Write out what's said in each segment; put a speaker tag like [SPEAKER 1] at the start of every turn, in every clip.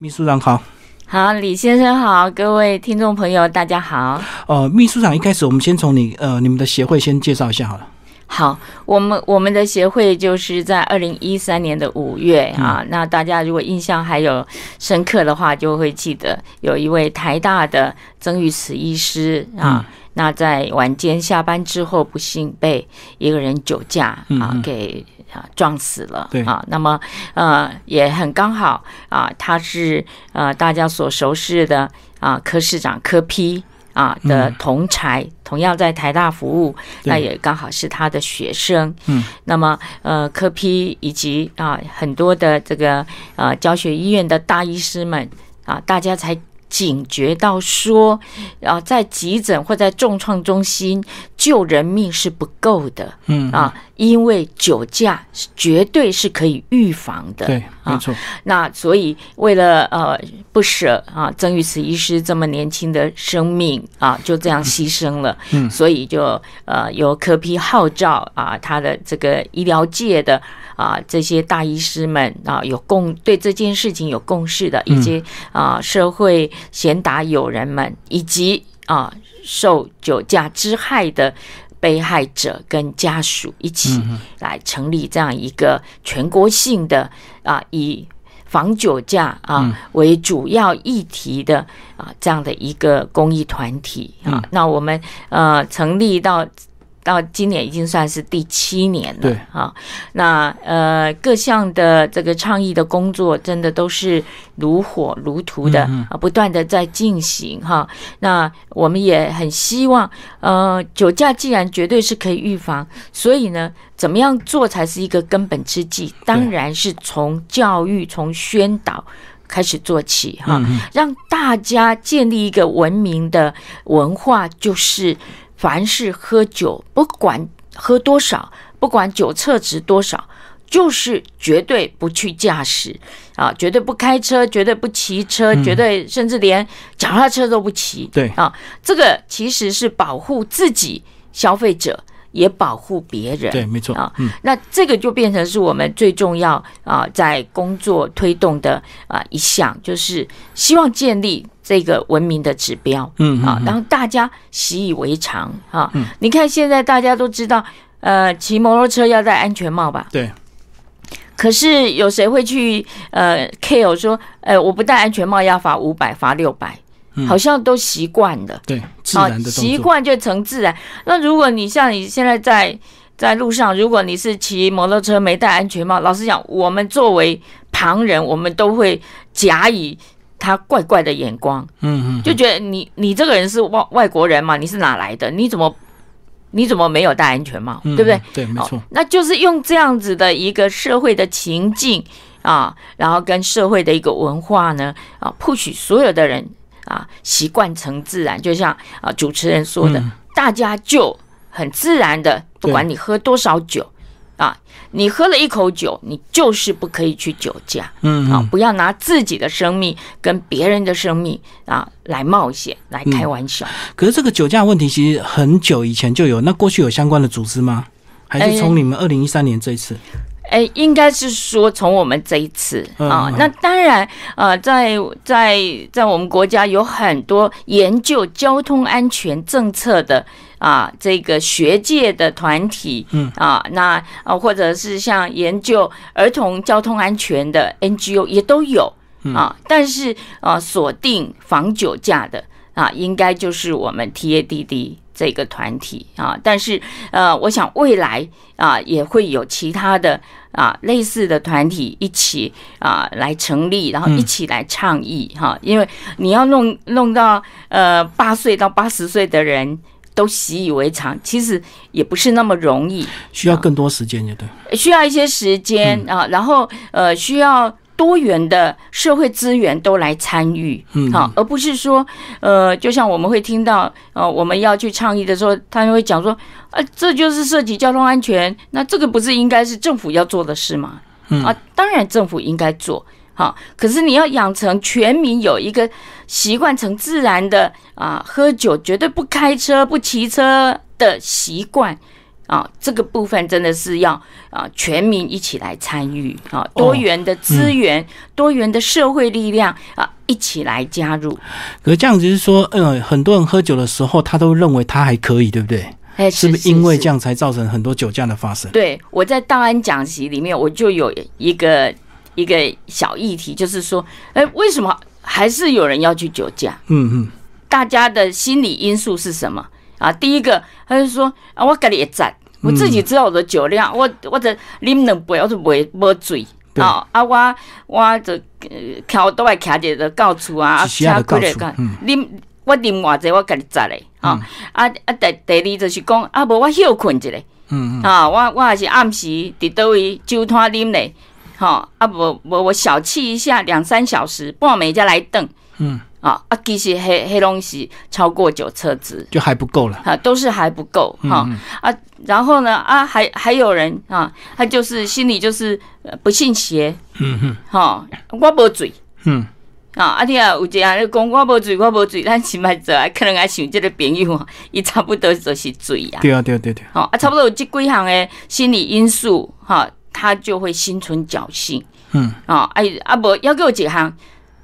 [SPEAKER 1] 秘书长好，
[SPEAKER 2] 好，李先生好，各位听众朋友大家好。
[SPEAKER 1] 呃，秘书长一开始我们先从你呃你们的协会先介绍一下好了。
[SPEAKER 2] 好，我们我们的协会就是在二零一三年的五月啊，那大家如果印象还有深刻的话，就会记得有一位台大的曾玉慈医师啊，那在晚间下班之后，不幸被一个人酒驾
[SPEAKER 1] 嗯
[SPEAKER 2] 啊
[SPEAKER 1] 嗯
[SPEAKER 2] 给啊撞死了
[SPEAKER 1] 对
[SPEAKER 2] 啊。那么呃也很刚好啊，他是呃大家所熟识的啊柯市长柯批啊的
[SPEAKER 1] 嗯
[SPEAKER 2] 同才，同样在台大服务，
[SPEAKER 1] 对
[SPEAKER 2] 那也刚好是他的学生。
[SPEAKER 1] 嗯，
[SPEAKER 2] 那么呃，科批以及啊、很多的这个呃教学医院的大医师们啊、大家才。警觉到说，啊，在急诊或在重创中心救人命是不够的
[SPEAKER 1] 嗯，
[SPEAKER 2] 啊，因为酒驾是绝对是可以预防的。
[SPEAKER 1] 嗯对，
[SPEAKER 2] 啊
[SPEAKER 1] 没错，
[SPEAKER 2] 那所以为了呃不舍啊，曾玉慈医师这么年轻的生命啊，就这样牺牲了。
[SPEAKER 1] 嗯
[SPEAKER 2] 所以就呃由柯批号召啊，他的这个医疗界的啊这些大医师们啊有共对这件事情有共识的，以及啊社会贤达友人们，以及啊受酒驾之害的。被害者跟家属一起来成立这样一个全国性的啊，以防酒驾啊、
[SPEAKER 1] 嗯
[SPEAKER 2] 为主要议题的啊这样的一个公益团体
[SPEAKER 1] 嗯
[SPEAKER 2] 啊。那我们呃成立到到今年已经算是第七年了，
[SPEAKER 1] 对
[SPEAKER 2] 啊。那呃各项的这个倡议的工作，真的都是如火如荼的、
[SPEAKER 1] 嗯
[SPEAKER 2] 啊，不断的在进行哈、那我们也很希望，呃，酒驾既然绝对是可以预防，所以呢，怎么样做才是一个根本之计？当然是从教育、从宣导开始做起哈，让大家建立一个文明的文化，就是凡是喝酒，不管喝多少，不管酒测值多少。就是绝对不去驾驶啊，绝对不开车，绝对不骑车，绝对甚至连脚踏车都不骑。
[SPEAKER 1] 对
[SPEAKER 2] 啊，这个其实是保护自己消费者，也保护别人。
[SPEAKER 1] 对，没错
[SPEAKER 2] 啊，
[SPEAKER 1] 嗯，
[SPEAKER 2] 那这个就变成是我们最重要啊、在工作推动的啊、一项，就是希望建立这个文明的指标。
[SPEAKER 1] 嗯
[SPEAKER 2] 啊，然后大家习以为常啊。你看现在大家都知道，呃，骑摩托车要戴安全帽吧？
[SPEAKER 1] 对，
[SPEAKER 2] 可是有谁会去呃 care 说，呃，我不戴安全帽要罚五百，罚六百，
[SPEAKER 1] 嗯
[SPEAKER 2] 好像都习惯了。
[SPEAKER 1] 对，自然的
[SPEAKER 2] 哦习
[SPEAKER 1] 动作，
[SPEAKER 2] 惯就成自然。那如果你像你现在在在路上，如果你是骑摩托车没戴安全帽，老实讲，我们作为旁人，我们都会假以他怪怪的眼光，
[SPEAKER 1] 嗯嗯，
[SPEAKER 2] 就觉得你你这个人是外外国人嘛，你是哪来的？你怎么你怎么没有戴安全帽？
[SPEAKER 1] 嗯
[SPEAKER 2] 对不对
[SPEAKER 1] 嗯？对，没错
[SPEAKER 2] 哦，，那就是用这样子的一个社会的情境啊，然后跟社会的一个文化呢啊，迫许所有的人啊习惯成自然，就像啊主持人说的，
[SPEAKER 1] 嗯
[SPEAKER 2] 大家就很自然的，不
[SPEAKER 1] 对
[SPEAKER 2] 管你喝多少酒啊，你喝了一口酒，你就是不可以去酒驾。
[SPEAKER 1] 嗯
[SPEAKER 2] 啊
[SPEAKER 1] 嗯，，
[SPEAKER 2] 不要拿自己的生命跟别人的生命啊来冒险，来开玩笑。
[SPEAKER 1] 可是这个酒驾问题其实很久以前就有，那过去有相关的组织吗？还是从你们二零一三年这一次？
[SPEAKER 2] 哎，应该是说从我们这一次
[SPEAKER 1] 嗯
[SPEAKER 2] 啊
[SPEAKER 1] 嗯，
[SPEAKER 2] 那当然，呃，在在在我们国家有很多研究交通安全政策的啊，这个学界的团体，
[SPEAKER 1] 嗯
[SPEAKER 2] 啊，那啊，或者是像研究儿童交通安全的 NGO 也都有
[SPEAKER 1] 嗯
[SPEAKER 2] 啊，但是啊，锁定防酒驾的啊，应该就是我们 TADD 这个团体啊，但是呃，我想未来啊也会有其他的啊类似的团体一起啊来成立，然后一起来倡议哈、因为你要弄弄到呃八岁到八十岁的人。都习以为常，其实也不是那么容易，
[SPEAKER 1] 需要更多时间，就对，
[SPEAKER 2] 需要一些时间啊，然后呃，需要多元的社会资源都来参与，
[SPEAKER 1] 嗯
[SPEAKER 2] 好、而不是说呃，就像我们会听到呃，我们要去倡议的时候，他就会讲说，呃，这就是涉及交通安全，那这个不是应该是政府要做的事吗？
[SPEAKER 1] 嗯
[SPEAKER 2] 啊，当然政府应该做。好，可是你要养成全民有一个习惯成自然的啊，喝酒绝对不开车、不骑车的习惯，啊，这个部分真的是要啊全民一起来参与啊，多元的资源、多元的社会力量啊，一起来加入。
[SPEAKER 1] 可是这样子是说，嗯，很多人喝酒的时候，他都认为他还可以，对不对？
[SPEAKER 2] 哎，
[SPEAKER 1] 是不
[SPEAKER 2] 是
[SPEAKER 1] 是因为这样才造成很多酒驾的发生？
[SPEAKER 2] 对，我在档案讲席里面，我就有一个一个小议题，就是说，哎，为什么还是有人要去酒驾？
[SPEAKER 1] 嗯嗯，
[SPEAKER 2] 大家的心理因素是什么啊？第一个，他就说啊，我跟你也赞，我自己知道我的酒量，我我的啉两杯，我就没没醉。
[SPEAKER 1] 嗯对
[SPEAKER 2] 啊啊！我我就呃，桥都会徛者就到厝啊，啊，
[SPEAKER 1] 一时也就到
[SPEAKER 2] 几
[SPEAKER 1] 厝
[SPEAKER 2] 个
[SPEAKER 1] 嗯
[SPEAKER 2] 啉我啉偌济，我家己扎嘞啊啊啊！第第二就是讲啊，无我休困一下，
[SPEAKER 1] 嗯
[SPEAKER 2] 啊，我我也是暗时伫倒位酒摊啉咧，吼、啊无无我小憩一下两三小时，半暝才来顿，
[SPEAKER 1] 嗯，
[SPEAKER 2] 啊啊，其实迄迄拢是超过酒测值，
[SPEAKER 1] 就还不够了。
[SPEAKER 2] 啊，都是还不够哈、啊，然后呢啊，还还有人啊，他就是心里就是呃不信邪，
[SPEAKER 1] 嗯哼，
[SPEAKER 2] 吼、我无醉。
[SPEAKER 1] 嗯，
[SPEAKER 2] 啊，啊你啊，有一个人咧讲我无醉，我无醉，咱先莫做，啊可能爱想即个朋友啊，伊差不多就是醉啊。
[SPEAKER 1] 对啊，对啊，对啊对啊，
[SPEAKER 2] 好、啊，差不多有这几项的心理因素，哈、他就会心存侥幸，
[SPEAKER 1] 嗯，
[SPEAKER 2] 啊、哦，哎，啊无，要给我一项，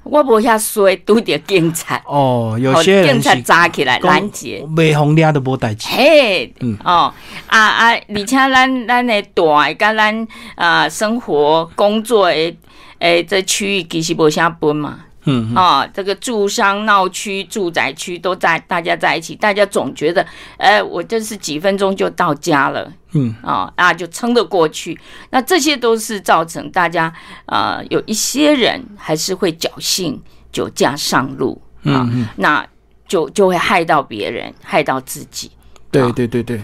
[SPEAKER 2] 我无遐衰，拄着警察，
[SPEAKER 1] 哦，有
[SPEAKER 2] 哦
[SPEAKER 1] 些人
[SPEAKER 2] 警察
[SPEAKER 1] 是
[SPEAKER 2] 抓起来
[SPEAKER 1] 讲
[SPEAKER 2] 拦截，
[SPEAKER 1] 未红啊俩都无代志。
[SPEAKER 2] 嘿，
[SPEAKER 1] 嗯
[SPEAKER 2] 哦，啊啊，而且咱咱的大的甲咱啊生活工作的诶这区域其实无啥分嘛，
[SPEAKER 1] 嗯嗯
[SPEAKER 2] 啊、这个住商闹区、住宅区都在大家在一起，大家总觉得，哎，我就是几分钟就到家了，
[SPEAKER 1] 嗯，
[SPEAKER 2] 啊、那就撑得过去。那这些都是造成大家啊、有一些人还是会侥幸酒驾上路
[SPEAKER 1] 嗯
[SPEAKER 2] 啊、那就就会害到别人，害到自己。哦
[SPEAKER 1] 对对对对。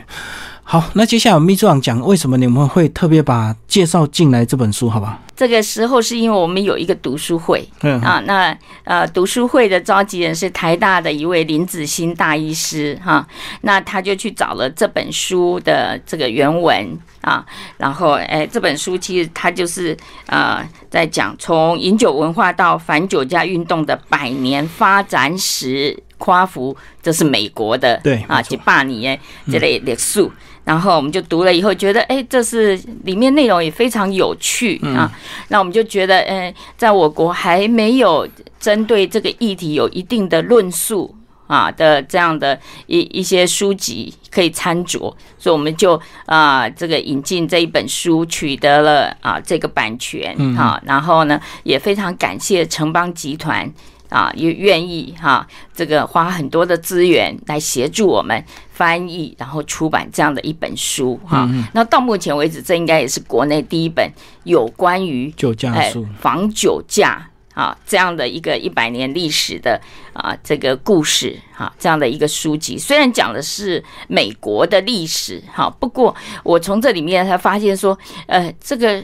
[SPEAKER 1] 好，那接下来秘书长讲为什么你们会特别把介绍进来这本书，好吧？
[SPEAKER 2] 这个时候是因为我们有一个读书会，
[SPEAKER 1] 嗯，
[SPEAKER 2] 啊，那呃，读书会的召集人是台大的一位林子欣大医师哈、那他就去找了这本书的这个原文啊，然后哎，这本书其实它就是呃，在讲从饮酒文化到反酒驾运动的百年发展史。夸父，这是美国的
[SPEAKER 1] 对没错
[SPEAKER 2] 啊，
[SPEAKER 1] 嗯
[SPEAKER 2] 几百年的这类历史。然后我们就读了以后，觉得哎，这是里面内容也非常有趣
[SPEAKER 1] 嗯
[SPEAKER 2] 啊。那我们就觉得，嗯，在我国还没有针对这个议题有一定的论述啊的这样的一一些书籍可以参酌，所以我们就啊、这个引进这一本书，取得了啊、这个版权哈、然后呢，也非常感谢城邦集团。啊，也愿意哈、这个花很多的资源来协助我们翻译，然后出版这样的一本书哈、那到目前为止，这应该也是国内第一本有关于
[SPEAKER 1] 酒驾
[SPEAKER 2] 哎
[SPEAKER 1] 书。
[SPEAKER 2] 防酒驾啊这样的一个一百年历史的啊这个故事哈、啊、这样的一个书籍，虽然讲的是美国的历史哈、不过我从这里面才发现说，呃，这个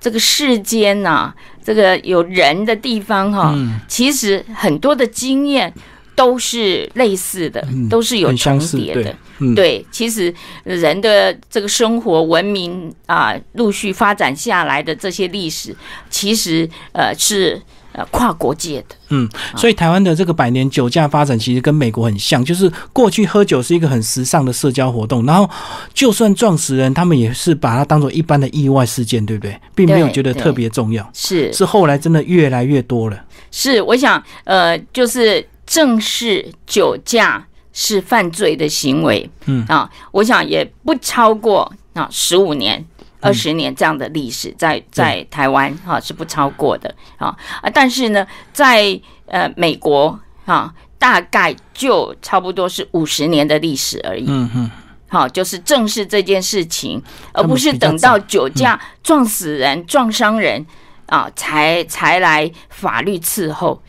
[SPEAKER 2] 这个世间呐、这个有人的地方哈、
[SPEAKER 1] 嗯
[SPEAKER 2] 其实很多的经验都是类似的，都是有
[SPEAKER 1] 嗯很相
[SPEAKER 2] 重
[SPEAKER 1] 似
[SPEAKER 2] 叠
[SPEAKER 1] 对
[SPEAKER 2] 的。
[SPEAKER 1] 嗯
[SPEAKER 2] 对，其实人的这个生活文明啊、陆续发展下来的这些历史，其实呃是呃跨国界的。
[SPEAKER 1] 嗯，所以台湾的这个百年酒驾发展其实跟美国很像，就是过去喝酒是一个很时尚的社交活动，然后就算撞死人，他们也是把它当做一般的意外事件，对不对？并没有
[SPEAKER 2] 对
[SPEAKER 1] 觉得
[SPEAKER 2] 对
[SPEAKER 1] 特别重要。
[SPEAKER 2] 是
[SPEAKER 1] 是后来真的越来越多了。
[SPEAKER 2] 是，我想呃，就是正式酒驾是犯罪的行为，
[SPEAKER 1] 嗯
[SPEAKER 2] 啊，我想也不超过啊十五年。二十年这样的历史，在在台湾哈、啊、是不超过的啊啊，但是呢，在呃美国啊，大概就差不多是五十年的历史而已。
[SPEAKER 1] 嗯嗯，
[SPEAKER 2] 好，就是正视这件事情，而
[SPEAKER 1] 们
[SPEAKER 2] 不是
[SPEAKER 1] 比较
[SPEAKER 2] 等
[SPEAKER 1] 早
[SPEAKER 2] 到
[SPEAKER 1] 嗯
[SPEAKER 2] 酒驾撞死人、撞伤人啊，才才来法律伺候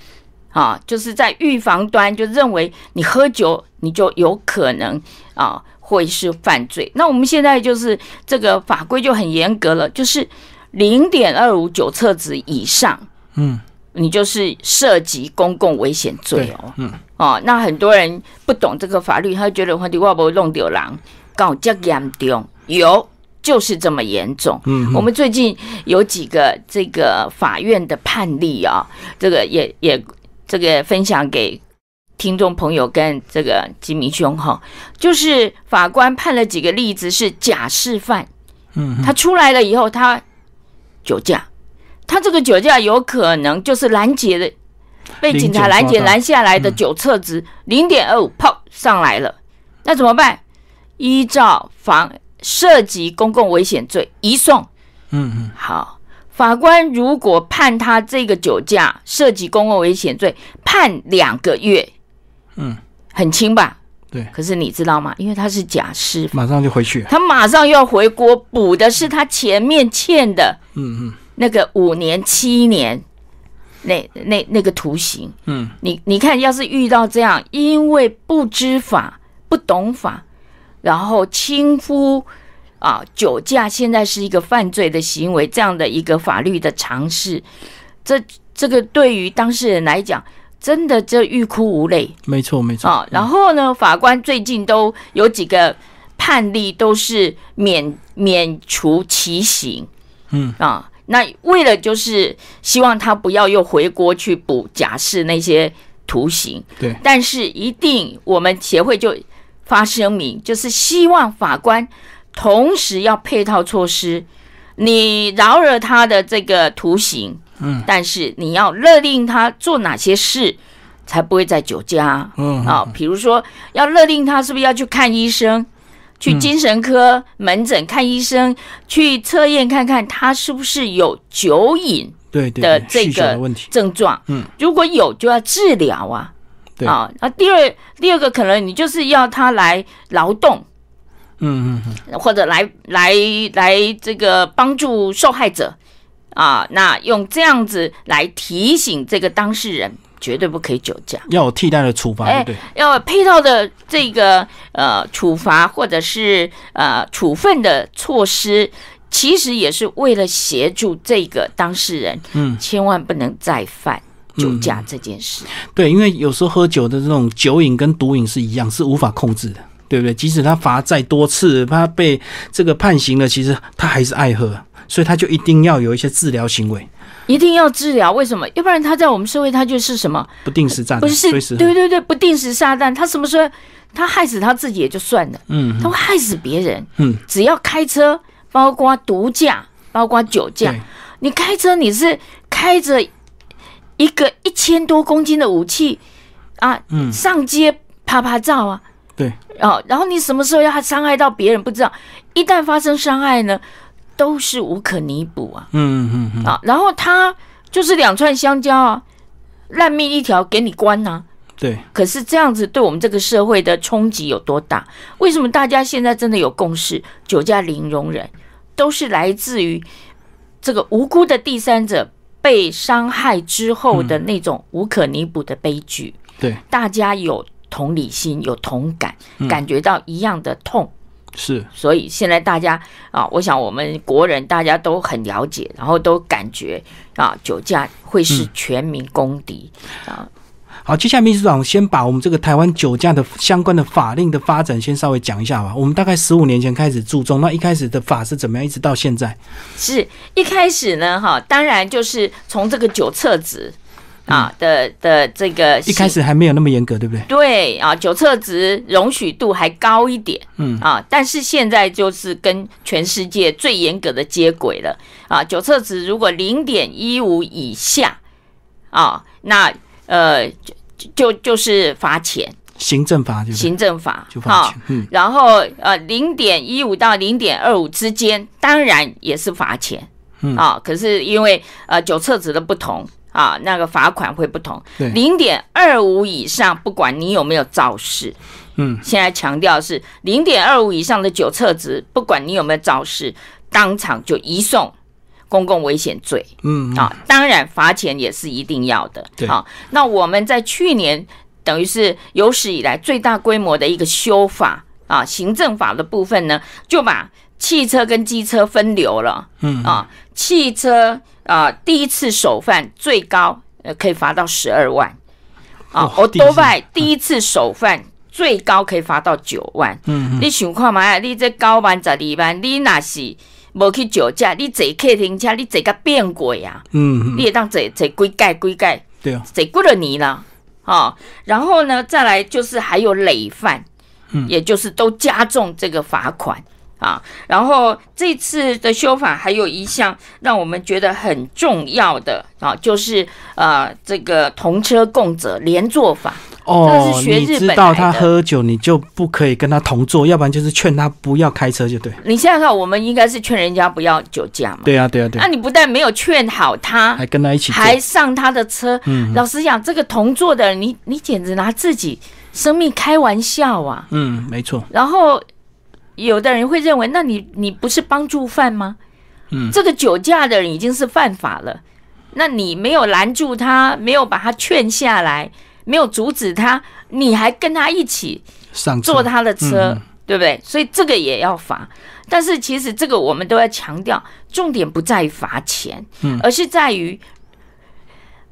[SPEAKER 2] 啊，就是在预防端就认为你喝酒你就有可能啊会是犯罪。那我们现在就是这个法规就很严格了，就是零点二五酒测值以上，
[SPEAKER 1] 嗯，
[SPEAKER 2] 你就是涉及公共危险罪
[SPEAKER 1] 对
[SPEAKER 2] 哦。
[SPEAKER 1] 嗯，
[SPEAKER 2] 哦，那很多人不懂这个法律，他觉得我的我不弄丢狼，搞这严重，有就是这么严重。
[SPEAKER 1] 嗯，
[SPEAKER 2] 我们最近有几个这个法院的判例啊、这个也也这个分享给听众朋友跟这个吉米兄哈，就是法官判了几个例子是假释犯，
[SPEAKER 1] 嗯，
[SPEAKER 2] 他出来了以后他酒驾，他这个酒驾有可能就是拦截的，被警察拦
[SPEAKER 1] 零
[SPEAKER 2] 截
[SPEAKER 1] 酒抓到
[SPEAKER 2] 拦下来的酒测值零点二五，砰上来了，那怎么办？依照防涉及公共危险罪移送。
[SPEAKER 1] 嗯嗯
[SPEAKER 2] 好，法官如果判他这个酒驾涉及公共危险罪，判两个月，
[SPEAKER 1] 嗯，
[SPEAKER 2] 很轻吧？
[SPEAKER 1] 对
[SPEAKER 2] 可是你知道吗？因为他是假释，
[SPEAKER 1] 马上就回去了，
[SPEAKER 2] 他马上要回国，补的是他前面欠的
[SPEAKER 1] 嗯嗯
[SPEAKER 2] 那个五年、七年，那那那个徒刑。
[SPEAKER 1] 嗯，
[SPEAKER 2] 你你看，要是遇到这样，因为不知法、不懂法，然后轻忽啊酒驾，现在是一个犯罪的行为，这样的一个法律的尝试，这这个对于当事人来讲，真的这欲哭无泪
[SPEAKER 1] 没错没错，
[SPEAKER 2] 啊。然后呢，法官最近都有几个判例都是免免除其刑，
[SPEAKER 1] 嗯
[SPEAKER 2] 啊。那为了就是希望他不要又回国去补假释那些徒刑，
[SPEAKER 1] 对，
[SPEAKER 2] 但是一定我们协会就发声明，就是希望法官同时要配套措施，你饶了他的这个徒刑，
[SPEAKER 1] 嗯，
[SPEAKER 2] 但是你要勒令他做哪些事，才不会再酒驾啊。
[SPEAKER 1] 嗯
[SPEAKER 2] 啊，比如说要勒令他是不是要去看医生，
[SPEAKER 1] 嗯
[SPEAKER 2] 去精神科门诊看医生，去测验看看他是不是有酒瘾
[SPEAKER 1] 对对
[SPEAKER 2] 的
[SPEAKER 1] 对，
[SPEAKER 2] 这
[SPEAKER 1] 酗酒
[SPEAKER 2] 个
[SPEAKER 1] 的问题，
[SPEAKER 2] 症状。
[SPEAKER 1] 嗯，
[SPEAKER 2] 如果有就要治疗啊。
[SPEAKER 1] 对
[SPEAKER 2] 啊，那第二第二个可能你就是要他来劳动，
[SPEAKER 1] 嗯嗯嗯，
[SPEAKER 2] 或者来来来这个帮助受害者啊，那用这样子来提醒这个当事人绝对不可以酒驾。
[SPEAKER 1] 要有替代的处罚，
[SPEAKER 2] 哎
[SPEAKER 1] 对不对，
[SPEAKER 2] 要配套的这个呃处罚或者是呃处分的措施，其实也是为了协助这个当事人，
[SPEAKER 1] 嗯，
[SPEAKER 2] 千万不能再犯酒驾这件事。
[SPEAKER 1] 对，因为有时候喝酒的这种酒瘾跟毒瘾是一样，是无法控制的，对不对？即使他罚再多次，他被这个判刑了，其实他还是爱喝，所以他就一定要有一些治疗行为，
[SPEAKER 2] 一定要治疗，为什么？要不然他在我们社会，他就是什么？
[SPEAKER 1] 不定时炸
[SPEAKER 2] 不
[SPEAKER 1] 弹，嗯
[SPEAKER 2] 是
[SPEAKER 1] 随时，
[SPEAKER 2] 对对对，不定时炸弹。他什么时候他害死他自己也就算了，
[SPEAKER 1] 嗯
[SPEAKER 2] 他会害死别人。
[SPEAKER 1] 嗯，
[SPEAKER 2] 只要开车，包括毒驾，包括酒驾，
[SPEAKER 1] 对，
[SPEAKER 2] 你开车你是开着一个一千多公斤的武器啊，
[SPEAKER 1] 嗯
[SPEAKER 2] 上街啪啪照啊，
[SPEAKER 1] 对，
[SPEAKER 2] 哦，然后你什么时候要伤害到别人不知道，一旦发生伤害呢，都是无可弥补啊
[SPEAKER 1] 嗯嗯嗯，
[SPEAKER 2] 啊，然后他就是两串香蕉啊，烂命一条给你关啊呐、
[SPEAKER 1] 对，
[SPEAKER 2] 可是这样子对我们这个社会的冲击有多大？为什么大家现在真的有共识，酒驾零容忍，都是来自于这个无辜的第三者被伤害之后的那种无可弥补的悲剧？
[SPEAKER 1] 对，
[SPEAKER 2] 大家有同理心，有同感，感觉到一样的痛。
[SPEAKER 1] 是，
[SPEAKER 2] 所以现在大家啊，我想我们国人大家都很了解，然后都感觉啊，酒驾会是全民公敌、啊。
[SPEAKER 1] 好，接下来秘书长先把我们这个台湾酒驾的相关的法令的发展先稍微讲一下吧。我们大概十五年前开始注重，那一开始的法是怎么样，一直到现在，
[SPEAKER 2] 是一开始呢，哈，当然就是从这个酒测值啊的的这个
[SPEAKER 1] 嗯一开始还没有那么严格，对不对？
[SPEAKER 2] 对啊，酒测值容许度还高一点，
[SPEAKER 1] 嗯
[SPEAKER 2] 啊，但是现在就是跟全世界最严格的接轨了啊，酒测值如果零点一五以下啊，那呃就就就是罚钱，
[SPEAKER 1] 行政法对不对？
[SPEAKER 2] 行政法
[SPEAKER 1] 嗯就
[SPEAKER 2] 哈
[SPEAKER 1] 罚钱，嗯
[SPEAKER 2] 然后呃，零点一五到零点二五之间，当然也是罚钱，
[SPEAKER 1] 嗯
[SPEAKER 2] 啊，可是因为呃酒测值的不同啊，那个罚款会不同。
[SPEAKER 1] 对
[SPEAKER 2] 零点二五以上，不管你有没有肇事，
[SPEAKER 1] 嗯，
[SPEAKER 2] 现在强调是零点二五以上的酒测值，不管你有没有肇事，当场就移送公共危险罪。
[SPEAKER 1] 嗯，
[SPEAKER 2] 啊，当然罚钱也是一定要的。
[SPEAKER 1] 对
[SPEAKER 2] 啊，那我们在去年等于是有史以来最大规模的一个修法啊，行政法的部分呢，就把汽车跟机车分流了。
[SPEAKER 1] 嗯
[SPEAKER 2] 啊，汽车啊，第一次首犯最高呃可以罚到十二万啊，
[SPEAKER 1] 哇
[SPEAKER 2] 欧
[SPEAKER 1] 第一次
[SPEAKER 2] 多拜第一次首犯最高可以罚到九万。
[SPEAKER 1] 嗯
[SPEAKER 2] 你想看嘛？你这九万十二万，你若是无去酒驾，你坐客停车，你坐个变过啊！
[SPEAKER 1] 嗯，嗯
[SPEAKER 2] 你会当坐坐几届几届，
[SPEAKER 1] 对哦，
[SPEAKER 2] 坐几落年啦，啊，然后呢，再来就是还有累犯，
[SPEAKER 1] 嗯
[SPEAKER 2] 也就是都加重这个罚款啊。然后这次的修法还有一项让我们觉得很重要的啊，就是呃这个同车共责连坐法。
[SPEAKER 1] 哦
[SPEAKER 2] 这，是学
[SPEAKER 1] 你
[SPEAKER 2] 日
[SPEAKER 1] 知
[SPEAKER 2] 本
[SPEAKER 1] 道
[SPEAKER 2] 来
[SPEAKER 1] 他
[SPEAKER 2] 的
[SPEAKER 1] 喝酒，你就不可以跟他同坐，要不然就是劝他不要开车，就对。
[SPEAKER 2] 你想想看，我们应该是劝人家不要酒驾嘛。
[SPEAKER 1] 对啊，对啊，对
[SPEAKER 2] 那、
[SPEAKER 1] 啊，
[SPEAKER 2] 你不但没有劝好他，
[SPEAKER 1] 还跟他一起坐。
[SPEAKER 2] 啊还上他的车。
[SPEAKER 1] 嗯
[SPEAKER 2] 老实讲，这个同坐的人，你你简直拿自己生命开玩笑啊！
[SPEAKER 1] 嗯，没错，
[SPEAKER 2] 然后有的人会认为，那你你不是帮助犯吗？
[SPEAKER 1] 嗯
[SPEAKER 2] 这个酒驾的人已经是犯法了，那你没有拦住他，没有把他劝下来，没有阻止他，你还跟他一起
[SPEAKER 1] 上车
[SPEAKER 2] 坐他的车，
[SPEAKER 1] 嗯
[SPEAKER 2] 对不对？所以这个也要罚。但是其实这个我们都要强调，重点不在于罚钱，
[SPEAKER 1] 嗯
[SPEAKER 2] 而是在于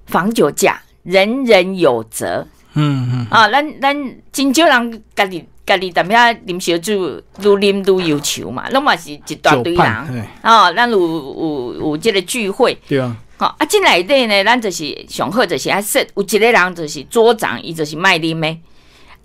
[SPEAKER 2] 防酒驾，人人有责
[SPEAKER 1] 嗯嗯，
[SPEAKER 2] 啊！咱咱真少人家己家己踮遐啉烧酒，愈啉愈有求嘛，拢嘛是一大
[SPEAKER 1] 酒
[SPEAKER 2] 堆
[SPEAKER 1] 伴，
[SPEAKER 2] 人
[SPEAKER 1] 对
[SPEAKER 2] 啊，咱有有有这个聚会。
[SPEAKER 1] 对啊，
[SPEAKER 2] 吼、啊，进来底呢，咱就是上好就是啊，说有一个人就是组长，伊就是卖啉的，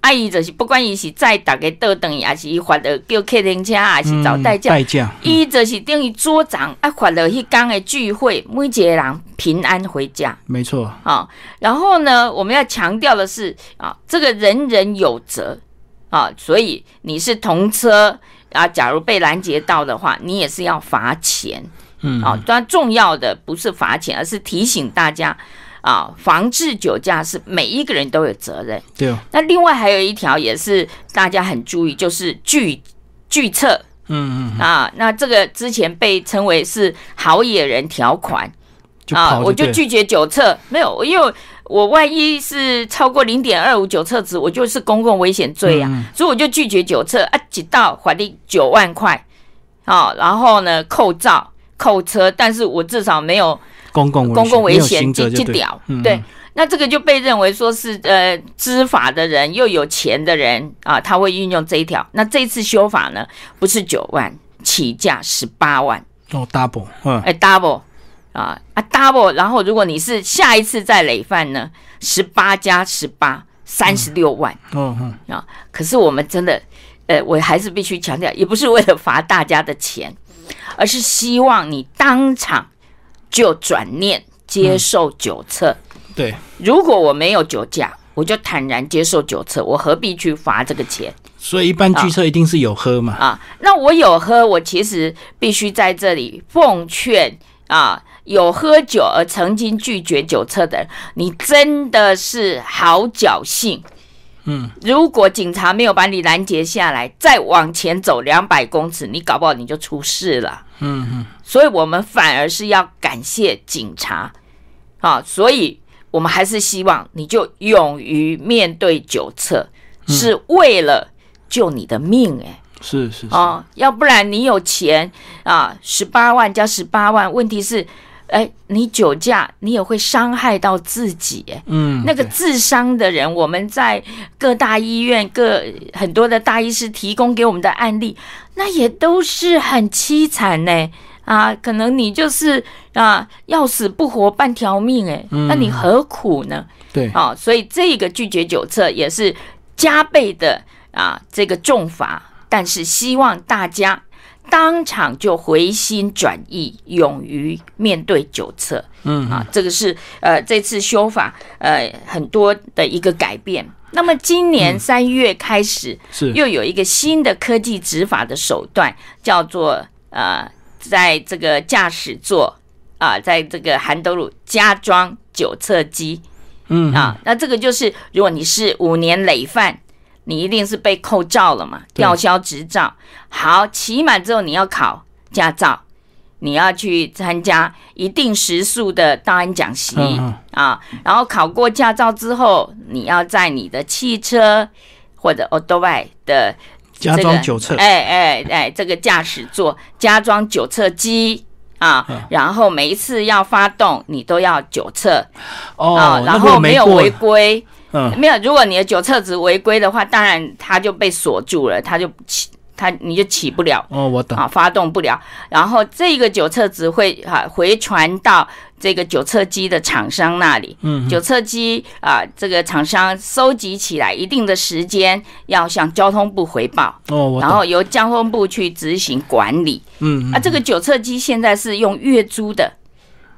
[SPEAKER 2] 啊，伊就是不管伊是载逐个倒转去，还是伊发了叫客人车，还是找代
[SPEAKER 1] 嗯
[SPEAKER 2] 驾，
[SPEAKER 1] 代驾，
[SPEAKER 2] 伊、就是等于组长啊，发了迄天的聚会，每一个人平安回家
[SPEAKER 1] 没错，
[SPEAKER 2] 啊、然后呢，我们要强调的是啊，这个人人有责啊，所以你是同车啊，假如被拦截到的话，你也是要罚钱。
[SPEAKER 1] 嗯，
[SPEAKER 2] 啊，当然重要的不是罚钱，而是提醒大家啊，防治酒驾是每一个人都有责任。
[SPEAKER 1] 对啊，
[SPEAKER 2] 那另外还有一条也是大家很注意，就是拒拒测
[SPEAKER 1] 嗯嗯，
[SPEAKER 2] 啊，那这个之前被称为是好野人条款
[SPEAKER 1] 就
[SPEAKER 2] 啊，
[SPEAKER 1] 跑
[SPEAKER 2] 我
[SPEAKER 1] 对
[SPEAKER 2] 就
[SPEAKER 1] 了，
[SPEAKER 2] 拒绝酒测，没有，因为我万一是超过零点二五酒测值，我就是公共危险罪
[SPEAKER 1] 嗯
[SPEAKER 2] 啊，所以我就拒绝酒测啊，一到罚你九万块啊，然后呢扣照扣车，但是我至少没有
[SPEAKER 1] 公共
[SPEAKER 2] 公共危
[SPEAKER 1] 没有
[SPEAKER 2] 险
[SPEAKER 1] 刑责
[SPEAKER 2] 这
[SPEAKER 1] 就
[SPEAKER 2] 这
[SPEAKER 1] 对，
[SPEAKER 2] 屌
[SPEAKER 1] 嗯，
[SPEAKER 2] 对
[SPEAKER 1] 嗯。
[SPEAKER 2] 那这个就被认为说是呃知法的人又有钱的人啊，他会运用这一条。那这次修法呢，不是九万起价十八万，
[SPEAKER 1] 哦，double，嗯，
[SPEAKER 2] 哎，double 啊啊 double，然后如果你是下一次再累犯呢，十八加十八三十六万。
[SPEAKER 1] 哦嗯，
[SPEAKER 2] 啊。可是我们真的，呃，我还是必须强调，也不是为了罚大家的钱，而是希望你当场就转念接受酒测。
[SPEAKER 1] 对，
[SPEAKER 2] 如果我没有酒驾，我就坦然接受酒测，我何必去罚这个钱
[SPEAKER 1] 所以一般拒车一定是有喝嘛，
[SPEAKER 2] 啊？那我有喝，我其实必须在这里奉劝啊。有喝酒而曾经拒绝酒测的人，你真的是好侥幸。
[SPEAKER 1] 嗯，
[SPEAKER 2] 如果警察没有把你拦截下来，再往前走两百公尺，你搞不好你就出事了。
[SPEAKER 1] 嗯嗯，
[SPEAKER 2] 所以我们反而是要感谢警察啊，所以我们还是希望你就勇于面对酒测，
[SPEAKER 1] 嗯
[SPEAKER 2] 是为了救你的命哎、
[SPEAKER 1] 是是是，
[SPEAKER 2] 哦，要不然你有钱啊，十八万加十八万，问题是，哎，你酒驾你也会伤害到自己哎、
[SPEAKER 1] 嗯，
[SPEAKER 2] 那个
[SPEAKER 1] 对
[SPEAKER 2] 自伤的人，我们在各大医院、各很多的大医师提供给我们的案例，那也都是很凄惨呢、啊，可能你就是啊，要死不活半条命哎、那
[SPEAKER 1] 嗯
[SPEAKER 2] 你何苦呢？
[SPEAKER 1] 对，
[SPEAKER 2] 啊，所以这个拒绝酒测也是加倍的啊，这个重罚，但是希望大家当场就回心转意，勇于面对酒测。
[SPEAKER 1] 嗯
[SPEAKER 2] 啊，这个是呃这次修法呃很多的一个改变。那么
[SPEAKER 1] 嗯
[SPEAKER 2] 今年三月开始，
[SPEAKER 1] 是，
[SPEAKER 2] 又有一个新的科技执法的手段，叫做呃，在这个驾驶座啊、在这个含斗鲁加装酒测机
[SPEAKER 1] 嗯
[SPEAKER 2] 啊。那这个就是，如果你是五年累犯，你一定是被扣照了嘛，
[SPEAKER 1] 对
[SPEAKER 2] 吊销执照。好，期满之后你要考驾照，你要去参加一定时数的档案讲习。
[SPEAKER 1] 嗯嗯
[SPEAKER 2] 啊，然后考过驾照之后，你要在你的汽车或者 o d o b i 的这
[SPEAKER 1] 加
[SPEAKER 2] 个
[SPEAKER 1] 装酒测，
[SPEAKER 2] 哎哎哎，这个驾驶座加装酒测机啊，然后每一次要发动，你都要酒测、啊
[SPEAKER 1] 哦，，那
[SPEAKER 2] 然
[SPEAKER 1] 如果
[SPEAKER 2] 后没有
[SPEAKER 1] 过
[SPEAKER 2] 违，规，
[SPEAKER 1] 嗯，
[SPEAKER 2] 没有，如果你的酒测值违规的话，当然它就被锁住了，它就起它你就起不了
[SPEAKER 1] 哦，我懂，
[SPEAKER 2] 啊，发动不了。然后这个酒测值会啊回传到这个酒测机的厂商那里。
[SPEAKER 1] 嗯
[SPEAKER 2] 酒测机啊、这个厂商收集起来一定的时间，要向交通部回报，
[SPEAKER 1] 哦，我
[SPEAKER 2] 然
[SPEAKER 1] 懂，
[SPEAKER 2] 后由交通部去执行管理。
[SPEAKER 1] 嗯
[SPEAKER 2] 啊，这个酒测机现在是用月租的，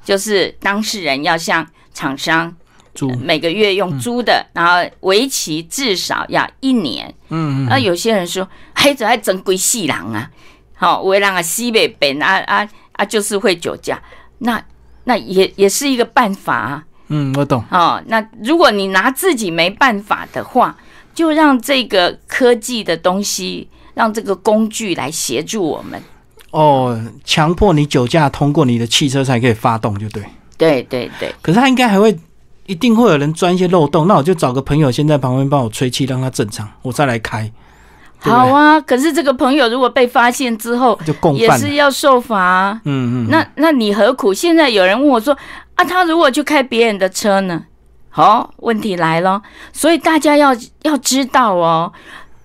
[SPEAKER 2] 就是当事人要向厂商
[SPEAKER 1] 住，
[SPEAKER 2] 每个月用租的，然后为期至少要一年。
[SPEAKER 1] 嗯嗯
[SPEAKER 2] 那、有些人说，还怎还整鬼细人啊？好、为人啊西北本啊啊啊，就是会酒驾，那那也也是一个办法啊。
[SPEAKER 1] 嗯，我懂，
[SPEAKER 2] 哦，那如果你拿自己没办法的话，就让这个科技的东西，让这个工具来协助我们。
[SPEAKER 1] 哦，强迫你酒驾通过你的汽车才可以发动，就对。
[SPEAKER 2] 对对对，
[SPEAKER 1] 可是他应该还会，一定会有人钻一些漏洞，那我就找个朋友先在旁边帮我吹气，让它正常，我再来开，对
[SPEAKER 2] 好啊。可是这个朋友如果被发现之后，
[SPEAKER 1] 就共
[SPEAKER 2] 也
[SPEAKER 1] 犯了。
[SPEAKER 2] 是要受罚啊、
[SPEAKER 1] 嗯嗯，
[SPEAKER 2] 那那你何苦？现在有人问我说啊，他如果去开别人的车呢？好、问题来了，所以大家要要知道哦，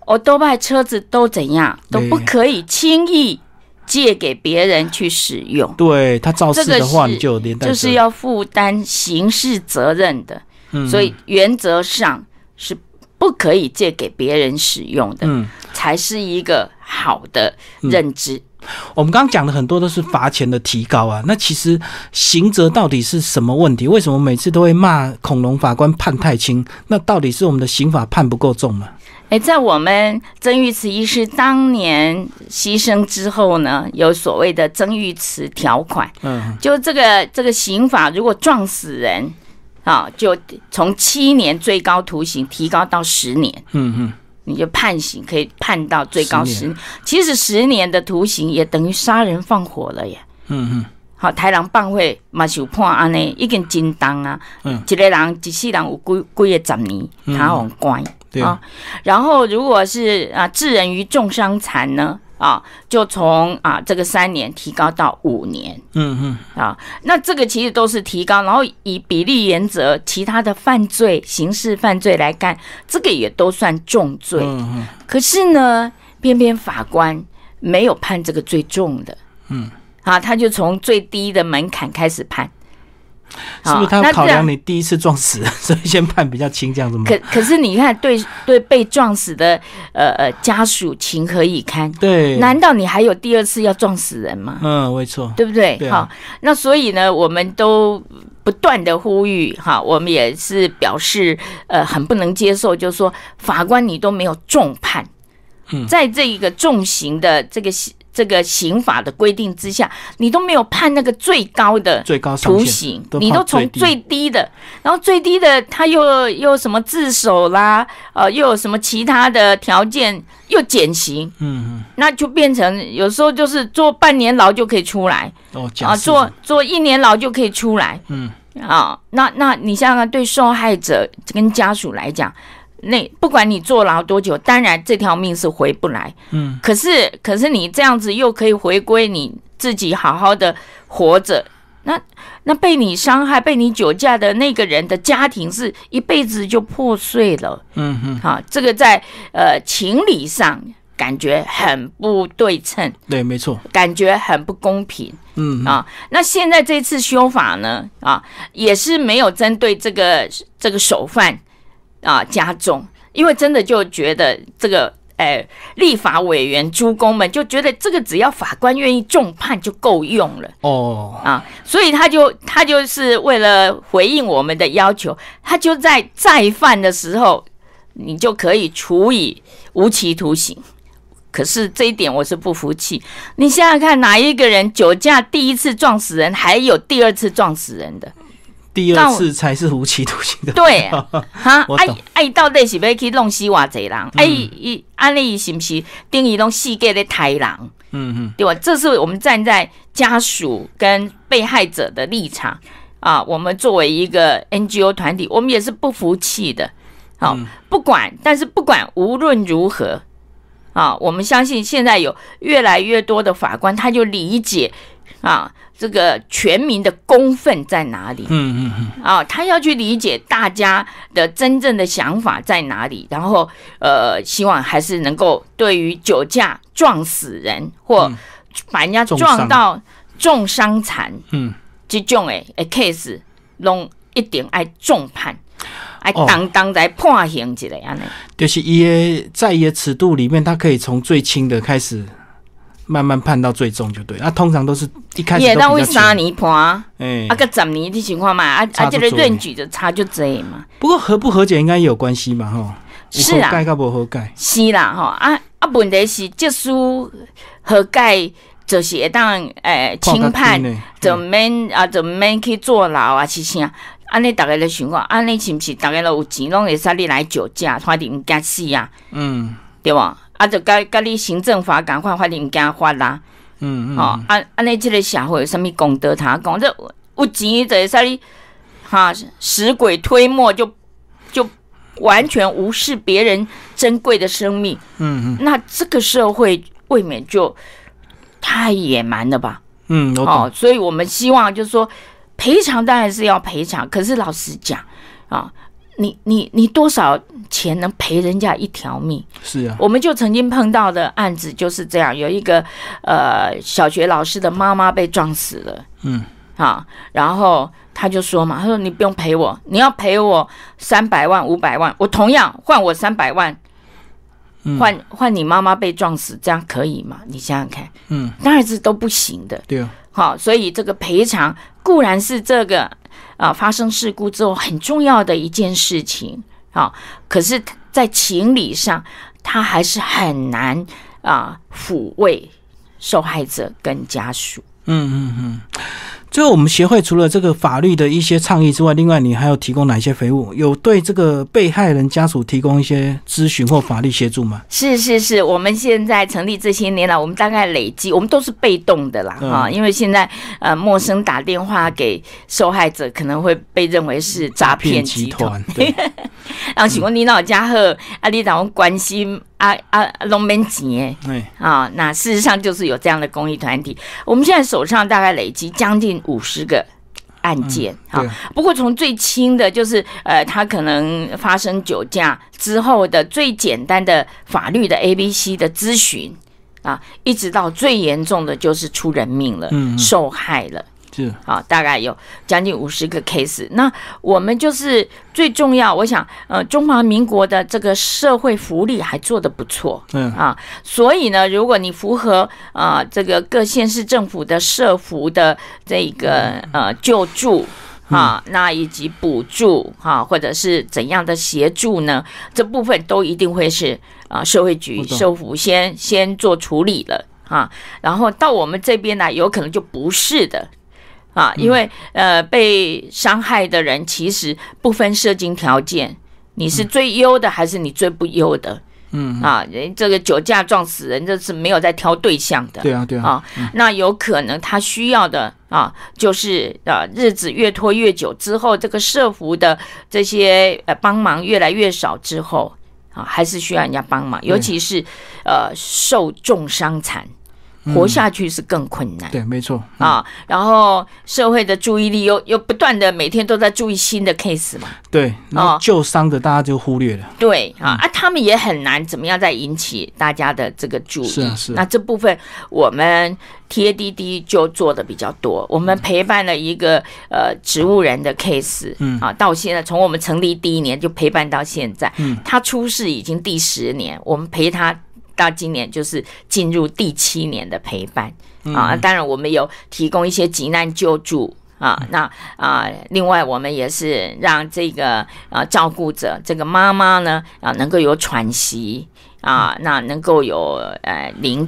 [SPEAKER 2] 我都拜车子都怎样，都不
[SPEAKER 1] 对
[SPEAKER 2] 可以轻易借给别人去使用。
[SPEAKER 1] 对他肇事
[SPEAKER 2] 这个
[SPEAKER 1] 的话，
[SPEAKER 2] 是
[SPEAKER 1] 你就有连带责
[SPEAKER 2] 就
[SPEAKER 1] 任，
[SPEAKER 2] 是要负担刑事责任的，
[SPEAKER 1] 嗯
[SPEAKER 2] 所以原则上是不可以借给别人使用的，
[SPEAKER 1] 嗯，
[SPEAKER 2] 才是一个好的认知。
[SPEAKER 1] 我们刚刚讲的很多都是罚钱的提高啊，那其实刑责到底是什么问题？为什么每次都会骂恐龙法官判太轻？那到底是我们的刑法判不够重吗？
[SPEAKER 2] 哎，在我们曾玉慈医师当年牺牲之后呢，有所谓的曾玉慈条款，
[SPEAKER 1] 嗯
[SPEAKER 2] 就这个这个刑法，如果撞死人啊，就从七年最高徒刑提高到十年。
[SPEAKER 1] 嗯嗯，
[SPEAKER 2] 你就判刑可以判到最高
[SPEAKER 1] 十
[SPEAKER 2] 十年，其实十年的徒刑也等于杀人放火了耶。
[SPEAKER 1] 嗯嗯，
[SPEAKER 2] 好，台人放火嘛是有判安尼，已经真重啊。
[SPEAKER 1] 嗯
[SPEAKER 2] 一个人一世人有几几个十年，他很关
[SPEAKER 1] 对
[SPEAKER 2] 啊。然后如果是啊致人于重伤残呢，啊就从啊这个三年提高到五年
[SPEAKER 1] 嗯嗯，
[SPEAKER 2] 啊。那这个其实都是提高，然后以比例原则，其他的犯罪、刑事犯罪来看，这个也都算重罪。
[SPEAKER 1] 嗯嗯
[SPEAKER 2] 可是呢，偏偏法官没有判这个最重的，
[SPEAKER 1] 嗯，
[SPEAKER 2] 啊，他就从最低的门槛开始判，
[SPEAKER 1] 是不是
[SPEAKER 2] 啊
[SPEAKER 1] 他
[SPEAKER 2] 那
[SPEAKER 1] 要考
[SPEAKER 2] 这样
[SPEAKER 1] 量你第一次撞死， 所以先判比较轻这样子吗？
[SPEAKER 2] 可可是你看，对对被撞死的呃呃家属情何以堪？
[SPEAKER 1] 对，
[SPEAKER 2] 难道你还有第二次要撞死人吗？
[SPEAKER 1] 嗯，没错，
[SPEAKER 2] 对不对？
[SPEAKER 1] 对
[SPEAKER 2] 好、
[SPEAKER 1] 啊
[SPEAKER 2] 那所以呢，我们都不断的呼吁哈，我们也是表示呃很不能接受，就是说法官你都没有重判，
[SPEAKER 1] 嗯
[SPEAKER 2] 在这一个重刑的这个刑这个刑法的规定之下，你都没有判那个最高的。
[SPEAKER 1] 最高上
[SPEAKER 2] 徒
[SPEAKER 1] 限，
[SPEAKER 2] 刑，
[SPEAKER 1] 都
[SPEAKER 2] 你
[SPEAKER 1] 判
[SPEAKER 2] 都从
[SPEAKER 1] 最低
[SPEAKER 2] 最低的，然后最低的他又又什么自首啦，呃，又有什么其他的条件，又减刑，
[SPEAKER 1] 嗯
[SPEAKER 2] 那就变成有时候就是坐半年牢就可以出来，
[SPEAKER 1] 嗯，哦，
[SPEAKER 2] 啊，
[SPEAKER 1] 假释
[SPEAKER 2] 坐坐一年牢就可以出来
[SPEAKER 1] 嗯
[SPEAKER 2] 啊。那那你想想看，对受害者跟家属来讲，那不管你坐牢多久，当然这条命是回不来。
[SPEAKER 1] 嗯，
[SPEAKER 2] 可是可是你这样子又可以回归你自己，好好的活着。那那被你伤害、被你酒驾的那个人的家庭是一辈子就破碎了。
[SPEAKER 1] 嗯嗯，
[SPEAKER 2] 啊，这个在呃情理上感觉很不对称，
[SPEAKER 1] 对，没错，
[SPEAKER 2] 感觉很不公平。
[SPEAKER 1] 嗯
[SPEAKER 2] 啊，那现在这次修法呢，啊，也是没有针对这个这个首犯啊加重，因为真的就觉得这个。哎，立法委员诸公们就觉得这个只要法官愿意重判就够用了
[SPEAKER 1] 哦，
[SPEAKER 2] 啊，所以他就他就是为了回应我们的要求，他就在再犯的时候，你就可以处以无期徒刑。可是这一点我是不服气。你想想看，哪一个人酒驾第一次撞死人，还有第二次撞死人的？
[SPEAKER 1] 第
[SPEAKER 2] 但
[SPEAKER 1] 二
[SPEAKER 2] 我
[SPEAKER 1] 次才是无期徒刑的， 嗯
[SPEAKER 2] 对，哈
[SPEAKER 1] 我，
[SPEAKER 2] 爱
[SPEAKER 1] 懂嗯
[SPEAKER 2] 爱到底是要去弄死偌济人？哎、伊安尼伊是不是等于拢世界咧杀人？
[SPEAKER 1] 嗯嗯，
[SPEAKER 2] 对吧？这是我们站在家属跟被害者的立场啊，我们作为一个 NGO 团体，我们也是不服气的。好、不管，但是不管，无论如何啊，我们相信现在有越来越多的法官，他就理解啊，这个全民的公愤在哪里。
[SPEAKER 1] 嗯嗯嗯，
[SPEAKER 2] 啊、他要去理解大家的真正的想法在哪里，然后呃，希望还是能够对于酒驾撞死人或把人家
[SPEAKER 1] 嗯重伤
[SPEAKER 2] 撞到重伤残，
[SPEAKER 1] 嗯，
[SPEAKER 2] 即种诶诶 case，拢一定爱重判，爱
[SPEAKER 1] 哦
[SPEAKER 2] 当当来判刑一个安尼。
[SPEAKER 1] 就是伊的在伊的尺度里面，他可以从最轻的开始，慢慢判到最重就对。啊，通常都是一开始
[SPEAKER 2] 伊会
[SPEAKER 1] 都
[SPEAKER 2] 当
[SPEAKER 1] 比
[SPEAKER 2] 为
[SPEAKER 1] 较轻。
[SPEAKER 2] 三年判，啊，
[SPEAKER 1] 哎、
[SPEAKER 2] 个十年你想看嘛，啊
[SPEAKER 1] 差
[SPEAKER 2] 啊，
[SPEAKER 1] 足
[SPEAKER 2] 即个
[SPEAKER 1] 多
[SPEAKER 2] 论据就差就济嘛。
[SPEAKER 1] 不过和不和解应该也有关系嘛，哈。
[SPEAKER 2] 是啊
[SPEAKER 1] 有和解跟不和解，
[SPEAKER 2] 是啦，吼啊啊，问题是即使和解就是会当诶轻判。
[SPEAKER 1] 呢？
[SPEAKER 2] 就免啊，就免去坐牢啊，是啥？安尼逐个咧想讲，安尼是毋是逐个都有钱拢会使你来酒驾，法庭惊死啊，
[SPEAKER 1] 嗯
[SPEAKER 2] 对无？啊，就甲甲你行政法共款，法庭惊法啦，
[SPEAKER 1] 嗯嗯，
[SPEAKER 2] 吼、啊安安尼即个社会有啥物公德通讲？这有有钱就会使你哈使鬼推磨，就就完全无视别人珍贵的生命，
[SPEAKER 1] 嗯嗯
[SPEAKER 2] 那这个社会未免就太野蛮了吧？
[SPEAKER 1] 嗯，我懂。
[SPEAKER 2] 哦，所以我们希望就是说赔偿当然是要赔偿，可是老实讲啊、你你你多少钱能赔人家一条命？
[SPEAKER 1] 是啊，
[SPEAKER 2] 我们就曾经碰到的案子就是这样，有一个呃小学老师的妈妈被撞死了，
[SPEAKER 1] 嗯
[SPEAKER 2] 啊，然后他就说嘛，他说你不用赔我，你要赔我三百万、五百万，我同样换我三百万
[SPEAKER 1] 嗯，
[SPEAKER 2] 换换你妈妈被撞死，这样可以吗？你想想看，
[SPEAKER 1] 嗯，
[SPEAKER 2] 当然是都不行的。
[SPEAKER 1] 对啊，
[SPEAKER 2] 好、所以这个赔偿固然是这个啊、发生事故之后很重要的一件事情啊、可是，在情理上，它还是很难啊、抚慰受害者跟家属。
[SPEAKER 1] 嗯嗯嗯。最后，我们协会除了这个法律的一些倡议之外，另外你还有提供哪些服务？有对这个被害人家属提供一些咨询或法律协助吗？
[SPEAKER 2] 是是是，我们现在成立这些年来，我们大概累积，我们都是被动的啦，
[SPEAKER 1] 嗯
[SPEAKER 2] 哈、因为现在呃，陌生打电话给受害者，可能会被认为是诈 骗集
[SPEAKER 1] 集团，
[SPEAKER 2] 团。
[SPEAKER 1] 对，哎
[SPEAKER 2] 啊，想讲你老家好，
[SPEAKER 1] 嗯
[SPEAKER 2] 啊，你怎关心啊啊，啊拢免钱的
[SPEAKER 1] 哎，
[SPEAKER 2] 啊。那事实上就是有这样的公益团体，我们现在手上大概累积将近五十个案件啊。
[SPEAKER 1] 嗯对，
[SPEAKER 2] 不过从最轻的，就是呃，他可能发生酒驾之后的最简单的法律的 A、B、C 的咨询啊，一直到最严重的就是出人命了，
[SPEAKER 1] 嗯嗯
[SPEAKER 2] 受害了。
[SPEAKER 1] 是，
[SPEAKER 2] 啊，大概有将近五十个 case。那我们就是最重要，我想，呃，中华民国的这个社会福利还做得不错
[SPEAKER 1] 嗯
[SPEAKER 2] 啊，所以呢，如果你符合啊这个各县市政府的社福的这个
[SPEAKER 1] 嗯
[SPEAKER 2] 呃救助。啊，那以及补助哈、啊，或者是怎样的协助呢？这部分都一定会是啊，社会局
[SPEAKER 1] 我、懂
[SPEAKER 2] 社福先先做处理了啊，然后到我们这边来，有可能就不是的，啊，
[SPEAKER 1] 嗯
[SPEAKER 2] 因为呃被伤害的人其实不分社经条件，你是最优的还是你最不优的
[SPEAKER 1] 嗯，
[SPEAKER 2] 啊？人这个酒驾撞死人，这是没有在挑对象的。
[SPEAKER 1] 对啊，对啊，
[SPEAKER 2] 啊，那有可能他需要的啊，就是啊，日子越拖越久之后，这个社服的这些呃帮忙越来越少之后啊，还是需要人家帮忙，尤其是呃受重伤残，
[SPEAKER 1] 嗯
[SPEAKER 2] 活下去是更困难。
[SPEAKER 1] 对，没错，
[SPEAKER 2] 啊，然后社会的注意力又又不断的每天都在注意新的 case 嘛，
[SPEAKER 1] 对，然后
[SPEAKER 2] 哦
[SPEAKER 1] 旧伤的大家就忽略了，
[SPEAKER 2] 对啊、啊，他们也很难怎么样再引起大家的这个注意。
[SPEAKER 1] 是啊是啊
[SPEAKER 2] 那这部分我们 TADD 就做的比较多，我
[SPEAKER 1] 嗯
[SPEAKER 2] 们陪伴了一个呃植物人的 case，
[SPEAKER 1] 嗯
[SPEAKER 2] 啊，到现在从我们成立第一年就陪伴到现在，
[SPEAKER 1] 嗯，
[SPEAKER 2] 他出事已经第十年，我们陪他。到今年就是进入第七年的陪伴，
[SPEAKER 1] 嗯
[SPEAKER 2] 啊，当然我们有提供一些急难救助啊，
[SPEAKER 1] 嗯
[SPEAKER 2] 那啊、另外我们也是让这个啊、照顾者这个妈妈呢啊、能够有喘息啊、那能够有呃聆
[SPEAKER 1] 嗯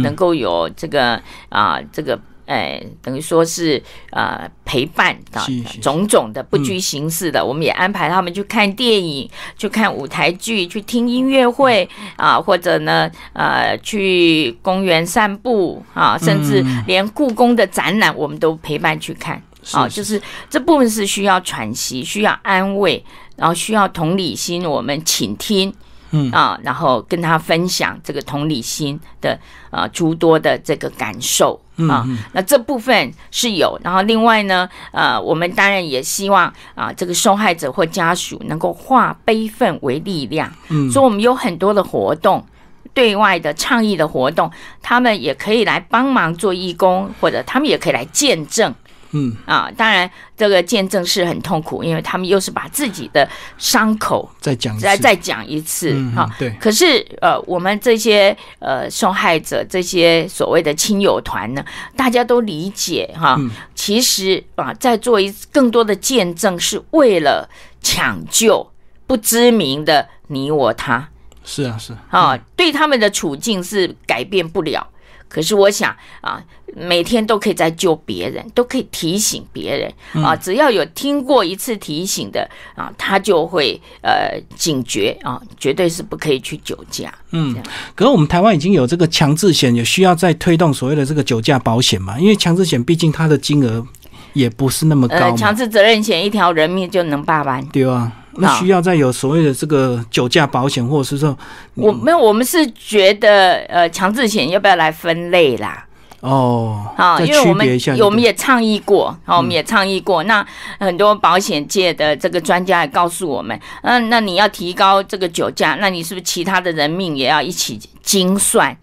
[SPEAKER 1] 嗯
[SPEAKER 2] 能够有这个啊、这个。哎、等于说是呃陪伴啊
[SPEAKER 1] 是嗯是，，
[SPEAKER 2] 种种的不拘形式的，我们也安排他们去看电影、去看舞台剧、去听音乐会啊，或者呢呃去公园散步啊，甚至连故宫的展览我们都陪伴去看。啊，就是是这部分是需要喘息，需要安慰，然后需要同理心，我们倾听，
[SPEAKER 1] 嗯
[SPEAKER 2] 啊，然后跟他分享这个同理心的啊诸多的这个感受
[SPEAKER 1] 嗯
[SPEAKER 2] 啊，那这部分是有，然后另外呢，呃，我们当然也希望啊这个受害者或家属能够化悲愤为力量，
[SPEAKER 1] 嗯
[SPEAKER 2] 所以我们有很多的活动。对外的倡议的活动，他们也可以来帮忙做义工，或者他们也可以来见证
[SPEAKER 1] 嗯，
[SPEAKER 2] 啊，当然这个见证是很痛苦，因为他们又是把自己的伤口
[SPEAKER 1] 再讲一次
[SPEAKER 2] 再再讲一次
[SPEAKER 1] 嗯
[SPEAKER 2] 哈、
[SPEAKER 1] 嗯对，
[SPEAKER 2] 可是呃，我们这些呃受害者这些所谓的亲友团呢，大家都理解哈、
[SPEAKER 1] 嗯
[SPEAKER 2] 其实啊，在做一更多的见证，是为了抢救不知名的你我他。
[SPEAKER 1] 是啊是啊，
[SPEAKER 2] 啊，对他们的处境是改变不了。可是我想啊，每天都可以在救别人，都可以提醒别人啊。只要有听过一次提醒的啊，他就会呃警觉啊，绝对是不可以去酒驾。
[SPEAKER 1] 嗯
[SPEAKER 2] 这样，
[SPEAKER 1] 可是我们台湾已经有这个强制险，也需要再推动所谓的这个酒驾保险嘛，因为强制险毕竟它的金额也不是那么
[SPEAKER 2] 呃，
[SPEAKER 1] 高嘛，
[SPEAKER 2] 强制责任险一条人命就能八万。
[SPEAKER 1] 对啊，那
[SPEAKER 2] 好
[SPEAKER 1] 需要再有所谓的这个酒驾保险，或者是说
[SPEAKER 2] 我没有，我们是觉得呃，强制险要不要来分类啦？
[SPEAKER 1] 哦，
[SPEAKER 2] 啊，
[SPEAKER 1] 再
[SPEAKER 2] 因为我
[SPEAKER 1] 区别一
[SPEAKER 2] 们
[SPEAKER 1] 下就嗯对，
[SPEAKER 2] 我们也倡议过，啊，我们也倡议过。那很多保险界的这个专家也告诉我们，嗯、那你要提高这个酒驾，那你是不是其他的人命也要一起精算？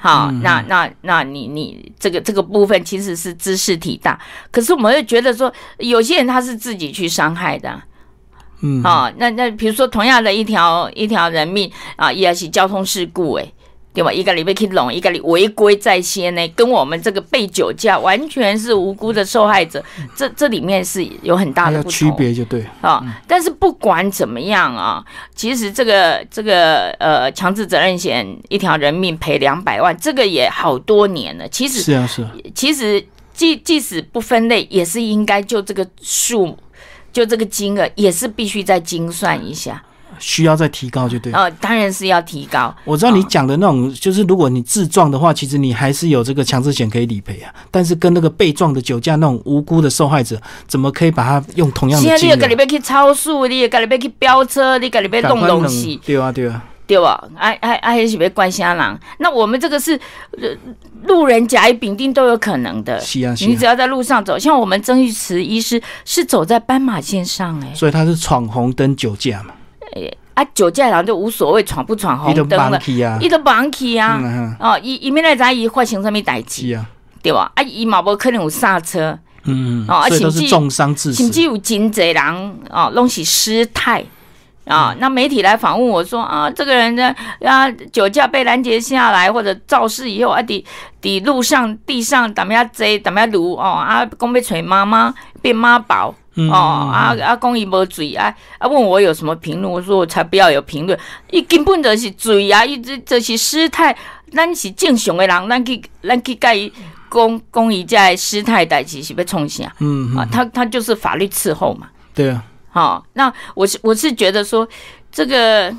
[SPEAKER 2] 好，
[SPEAKER 1] 嗯
[SPEAKER 2] 那那那你你这个这个部分其实是知识体大，可是我们会觉得说，有些人他是自己去伤害的啊，
[SPEAKER 1] 嗯，
[SPEAKER 2] 哦，那那比如说同样的一条一条人命啊，也是交通事故诶，对吧？一个礼被 k 龙，一个礼违规在先呢，跟我们这个被酒驾完全是无辜的受害者，这这里面是有很大
[SPEAKER 1] 它
[SPEAKER 2] 的
[SPEAKER 1] 要嗯
[SPEAKER 2] 不
[SPEAKER 1] 区
[SPEAKER 2] 同
[SPEAKER 1] 别嗯就对，
[SPEAKER 2] 啊、但是不管怎么样啊，其实这个这个呃强制责任险一条人命赔两百万，这个也好多年了，其实
[SPEAKER 1] 是啊是啊，
[SPEAKER 2] 其实即即使不分类，也是应该就这个数，就这个金额，也是必须再精算一下。
[SPEAKER 1] 需要再提高就对。
[SPEAKER 2] 呃，当然是要提高。
[SPEAKER 1] 我知道你讲的那种，就是如果你自撞的话，其实你还是有这个强制险可以理赔啊。但是跟那个被撞的酒驾那种无辜的受害者，怎么可以把它用同样
[SPEAKER 2] 现
[SPEAKER 1] 的
[SPEAKER 2] 在你
[SPEAKER 1] 金
[SPEAKER 2] 也啊跟你
[SPEAKER 1] 额？
[SPEAKER 2] 要去超速，你也跟你要去飙车，你跟你要
[SPEAKER 1] 赶
[SPEAKER 2] 弄
[SPEAKER 1] 快
[SPEAKER 2] 东
[SPEAKER 1] 弄
[SPEAKER 2] 西，
[SPEAKER 1] 对啊对啊，
[SPEAKER 2] 对吧？哎哎哎，那是被怪瞎狼。那我们这个是、呃路人甲乙丙丁都有可能的。
[SPEAKER 1] 是啊是
[SPEAKER 2] 你只
[SPEAKER 1] 啊。
[SPEAKER 2] 要在路上走，像我们曾玉慈医师是走在斑马线上、哎
[SPEAKER 1] 所以他是闯红灯酒驾嘛，
[SPEAKER 2] 啊，酒驾人就无所谓闯不闯红
[SPEAKER 1] 你的
[SPEAKER 2] 灯了，
[SPEAKER 1] monkey 啊，
[SPEAKER 2] 伊都忘去啊。
[SPEAKER 1] 嗯啊，
[SPEAKER 2] 哦，伊伊明来知伊发生什么代
[SPEAKER 1] 是
[SPEAKER 2] 志，
[SPEAKER 1] 啊，
[SPEAKER 2] 对吧？啊，伊嘛无可能有刹车，
[SPEAKER 1] 嗯，
[SPEAKER 2] 哦啊
[SPEAKER 1] 所以都是
[SPEAKER 2] 甚至
[SPEAKER 1] 重伤致
[SPEAKER 2] 甚
[SPEAKER 1] 死，
[SPEAKER 2] 至有真侪人哦，拢是失态。
[SPEAKER 1] 嗯
[SPEAKER 2] 啊、那媒体来访问我说啊，这个人呢，啊，酒驾被拦截下来，或者肇事以后啊，底底路上地上怎么样坐，怎么样撸哦，啊，讲要找妈妈变妈宝
[SPEAKER 1] 嗯
[SPEAKER 2] 哦，啊，啊，讲伊无罪啊，啊，问我有什么评论，我说我才不要有评论，伊根本就是罪啊，伊这这是失态，咱是正常的人，咱去咱去甲伊讲讲伊这失态代志是要创啥？
[SPEAKER 1] 嗯，
[SPEAKER 2] 啊，他他就是法律伺候嘛。
[SPEAKER 1] 对啊，
[SPEAKER 2] 好、那我是我是觉得说，这个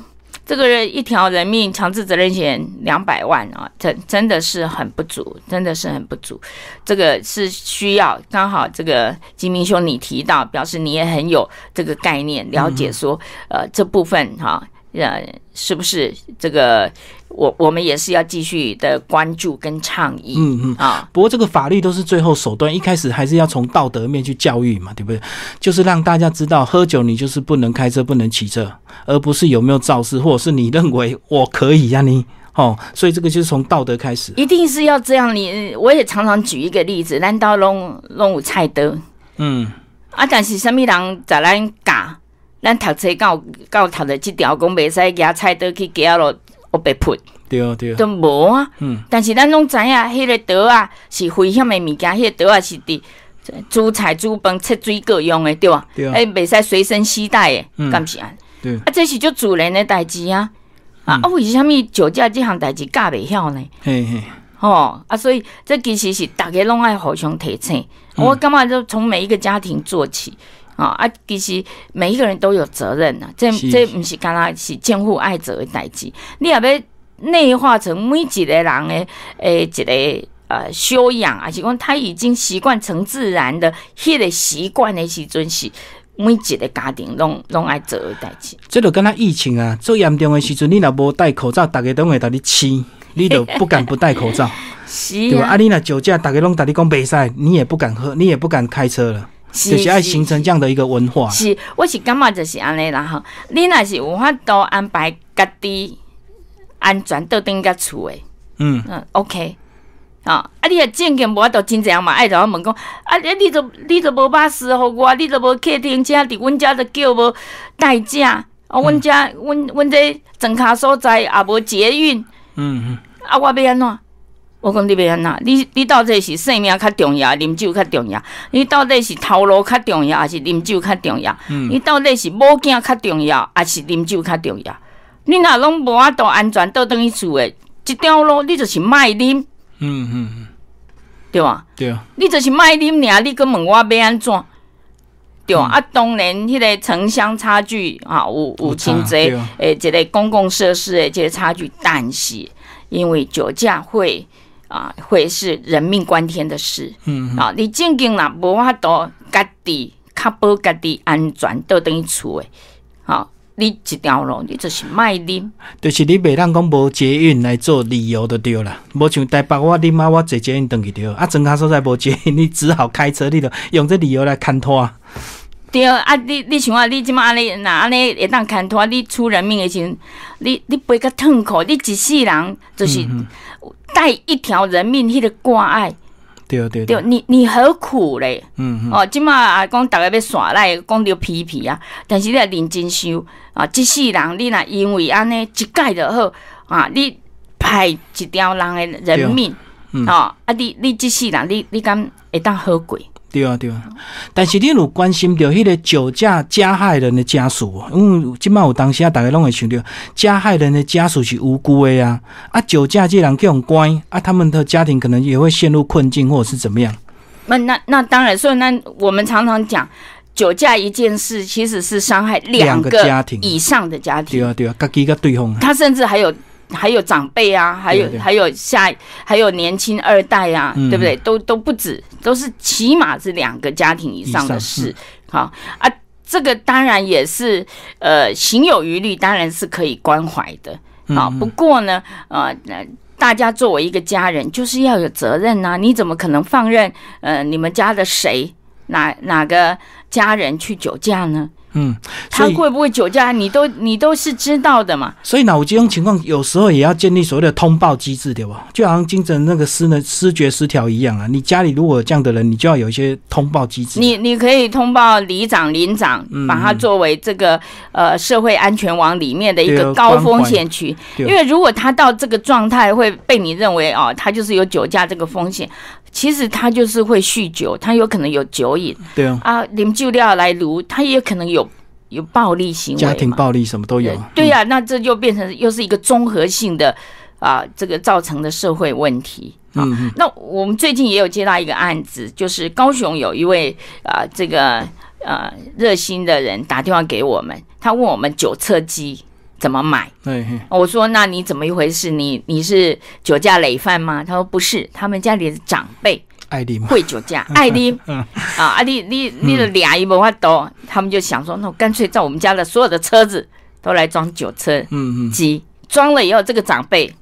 [SPEAKER 2] 这个一条人命强制责任险两百万啊，真真的是很不足，真的是很不足。这个是需要刚好这个金明兄你提到，表示你也很有这个概念，了解说、呃这部分哈、呃是不是这个我我们也是要继续的关注跟倡议。
[SPEAKER 1] 嗯嗯。
[SPEAKER 2] 啊，
[SPEAKER 1] 不过这个法律都是最后手段，一开始还是要从道德面去教育嘛，对不对？就是让大家知道，喝酒你就是不能开车、不能骑车，而不是有没有肇事，或者是你认为我可以呀、你哦。所以这个就是从道德开始。
[SPEAKER 2] 一定是要这样。你我也常常举一个例子，咱到弄弄有菜刀，
[SPEAKER 1] 嗯，
[SPEAKER 2] 啊，但是什物人在咱教，咱读册到到读到即条讲袂使举菜刀去夹咯，我被喷
[SPEAKER 1] 对哦，对哦，
[SPEAKER 2] 都无啊。
[SPEAKER 1] 嗯，
[SPEAKER 2] 但是咱拢知影，迄、个刀啊是危险的物件，迄、个刀啊是伫煮菜、煮饭、切水果用的，对吧？
[SPEAKER 1] 对啊，
[SPEAKER 2] 哎，袂使随身携带的，
[SPEAKER 1] 嗯
[SPEAKER 2] 敢、是安？
[SPEAKER 1] 对
[SPEAKER 2] 啊，这是就自然的代志啊。
[SPEAKER 1] 嗯
[SPEAKER 2] 啊，啊，为什么酒驾这项代志教袂晓呢？
[SPEAKER 1] 嘿嘿，
[SPEAKER 2] 哦，啊，所以这其实是大家拢爱互相提醒。
[SPEAKER 1] 嗯
[SPEAKER 2] 我感觉就从每一个家庭做起啊、啊，其实每一个人都有责任呐、这
[SPEAKER 1] 是
[SPEAKER 2] 这毋是干那是见护爱者的代志，你也要内化成每一个人的诶一个呃修养，还是讲他已经习惯成自然的迄、个习惯的时阵是。每一个家庭拢拢爱做的代志，
[SPEAKER 1] 这就跟他疫情啊，最严重的时阵，你若无戴口罩，大家都会把你吃。你都不敢不戴口 罩，
[SPEAKER 2] 是
[SPEAKER 1] 对吧？啊，你若酒驾，大家拢跟你讲袂使，你也不敢喝，你也不敢开车了，
[SPEAKER 2] 是
[SPEAKER 1] 就是要形成这样的一个文化。
[SPEAKER 2] 是，我是感觉就是安尼啦吼。你若是有法度安排家己安全到顶甲厝诶，
[SPEAKER 1] 嗯，
[SPEAKER 2] 嗯，OK。啊！啊，你若证件无，就真这样嘛，爱甲我问讲，啊，你你都你都无巴士互我，你都无客厅车，伫阮遮都叫无代驾，啊，阮遮阮阮这庄卡所在也无捷运，
[SPEAKER 1] 嗯
[SPEAKER 2] 啊，我要安怎？我讲你要安怎？你你到底是性命较重要，啉酒较重要？你到底是头路较重要，还是啉酒较重要？你到底是某囝较重要，还是啉酒较重要？你若拢无法度安全倒转去厝诶，即条路你就是莫啉，
[SPEAKER 1] 嗯嗯嗯，
[SPEAKER 2] 对吧？
[SPEAKER 1] 对啊，
[SPEAKER 2] 你就是卖啉尔，你阁问我要安怎？对、
[SPEAKER 1] 嗯
[SPEAKER 2] 啊，当然，迄个城乡差距啊，有有真
[SPEAKER 1] 差
[SPEAKER 2] 侪
[SPEAKER 1] 对啊
[SPEAKER 2] 诶，一个公共设施诶，一个差距，但是因为酒驾会啊，会是人命关天的事。
[SPEAKER 1] 嗯
[SPEAKER 2] 啊，你正经啦，无法度家己确保家己安全倒等于厝诶，啊，你一条路你就是卖啉，
[SPEAKER 1] 就是你袂当讲无捷运来做理由就对啦，无像台北我你妈我坐捷运转去对，啊，庄卡所在无捷运，你只好开车，你就 用这理由来牵拖。
[SPEAKER 2] 对啊，你你想啊，你即马安尼，若安尼会当牵拖，你出人命的时阵，你你背个痛苦，你一世人就是
[SPEAKER 1] 嗯
[SPEAKER 2] 带一条人命迄个挂碍，
[SPEAKER 1] 对对
[SPEAKER 2] 对
[SPEAKER 1] 对，
[SPEAKER 2] 你你何苦嘞？
[SPEAKER 1] 嗯
[SPEAKER 2] 哦，即马啊讲逐个要耍赖，讲着皮皮啊，但是你若认真想啊，一世人你若因为安尼一届就好啊，你害一条人的人命，
[SPEAKER 1] 嗯
[SPEAKER 2] 哦，啊你你一世人你你敢会当好过？
[SPEAKER 1] 对啊对啊。但是你有关心到迄个酒驾加害人的家属哦，因为即摆有当时啊，大家拢会想到加害人的家属是无辜的啊，啊，酒驾这人叫人关啊，他们的家庭可能也会陷入困境或者是怎么样。
[SPEAKER 2] 那那那当然，所以那我们常常讲，酒驾一件事其实是伤害两
[SPEAKER 1] 两个家庭
[SPEAKER 2] 以上的家
[SPEAKER 1] 对
[SPEAKER 2] 庭，
[SPEAKER 1] 啊对啊，家己甲对方啊。
[SPEAKER 2] 他甚至还有还有长辈啊，还有
[SPEAKER 1] 对对
[SPEAKER 2] 还有下还有年轻二代啊，
[SPEAKER 1] 嗯
[SPEAKER 2] 对不对？都都不止，都是起码是两个家庭以上的
[SPEAKER 1] 以上
[SPEAKER 2] 事。好啊，这个当然也是呃，行有余力，当然是可以关怀的。
[SPEAKER 1] 嗯
[SPEAKER 2] 好，不过呢，呃，那大家作为一个家人，就是要有责任呐、你怎么可能放任呃你们家的谁哪哪个家人去酒驾呢？
[SPEAKER 1] 嗯，
[SPEAKER 2] 他
[SPEAKER 1] 所以
[SPEAKER 2] 会不会酒驾，你都你都是知道的嘛。
[SPEAKER 1] 所以呢，有这种情况，有时候也要建立所谓的通报机制，对吧？就好像精神那个失能、失觉失调一样啊。你家里如果有这样的人，你就要有一些通报机制。
[SPEAKER 2] 你你可以通报里长、邻长，
[SPEAKER 1] 嗯
[SPEAKER 2] 把它作为这个呃社会安全网里面的一
[SPEAKER 1] 对
[SPEAKER 2] 个
[SPEAKER 1] 啊
[SPEAKER 2] 高
[SPEAKER 1] 关怀
[SPEAKER 2] 风险区，
[SPEAKER 1] 对
[SPEAKER 2] 因
[SPEAKER 1] 啊
[SPEAKER 2] 为如果他到这个状态会被你认为哦，他就是有酒驾这个风险，其实他就是会酗酒，他有可能有酒瘾
[SPEAKER 1] 对啊，
[SPEAKER 2] 啊，啉酒料来撸，他也可能有有暴力行为嘛，
[SPEAKER 1] 家庭暴力什么都有
[SPEAKER 2] 对
[SPEAKER 1] 啊。
[SPEAKER 2] 对呀、那这就变成又是一个综合性的啊、这个造成的社会问题。啊、
[SPEAKER 1] 嗯
[SPEAKER 2] 那我们最近也有接到一个案子，就是高雄有一位啊、这个呃热心的人打电话给我们，他问我们酒测机怎么买。
[SPEAKER 1] 对，嗯嘿
[SPEAKER 2] 我说：“那你怎么一回事？你你是酒驾累犯吗？”他说：“不是，他们家里的长辈
[SPEAKER 1] 爱丽嘛，
[SPEAKER 2] 会酒 驾，爱你啊，啊你你
[SPEAKER 1] 嗯
[SPEAKER 2] 你的俩一没法度，他们就想说，那我干脆在我们家的所有的车子都来装酒车
[SPEAKER 1] 嗯嗯，
[SPEAKER 2] 机，装了以后，这个长辈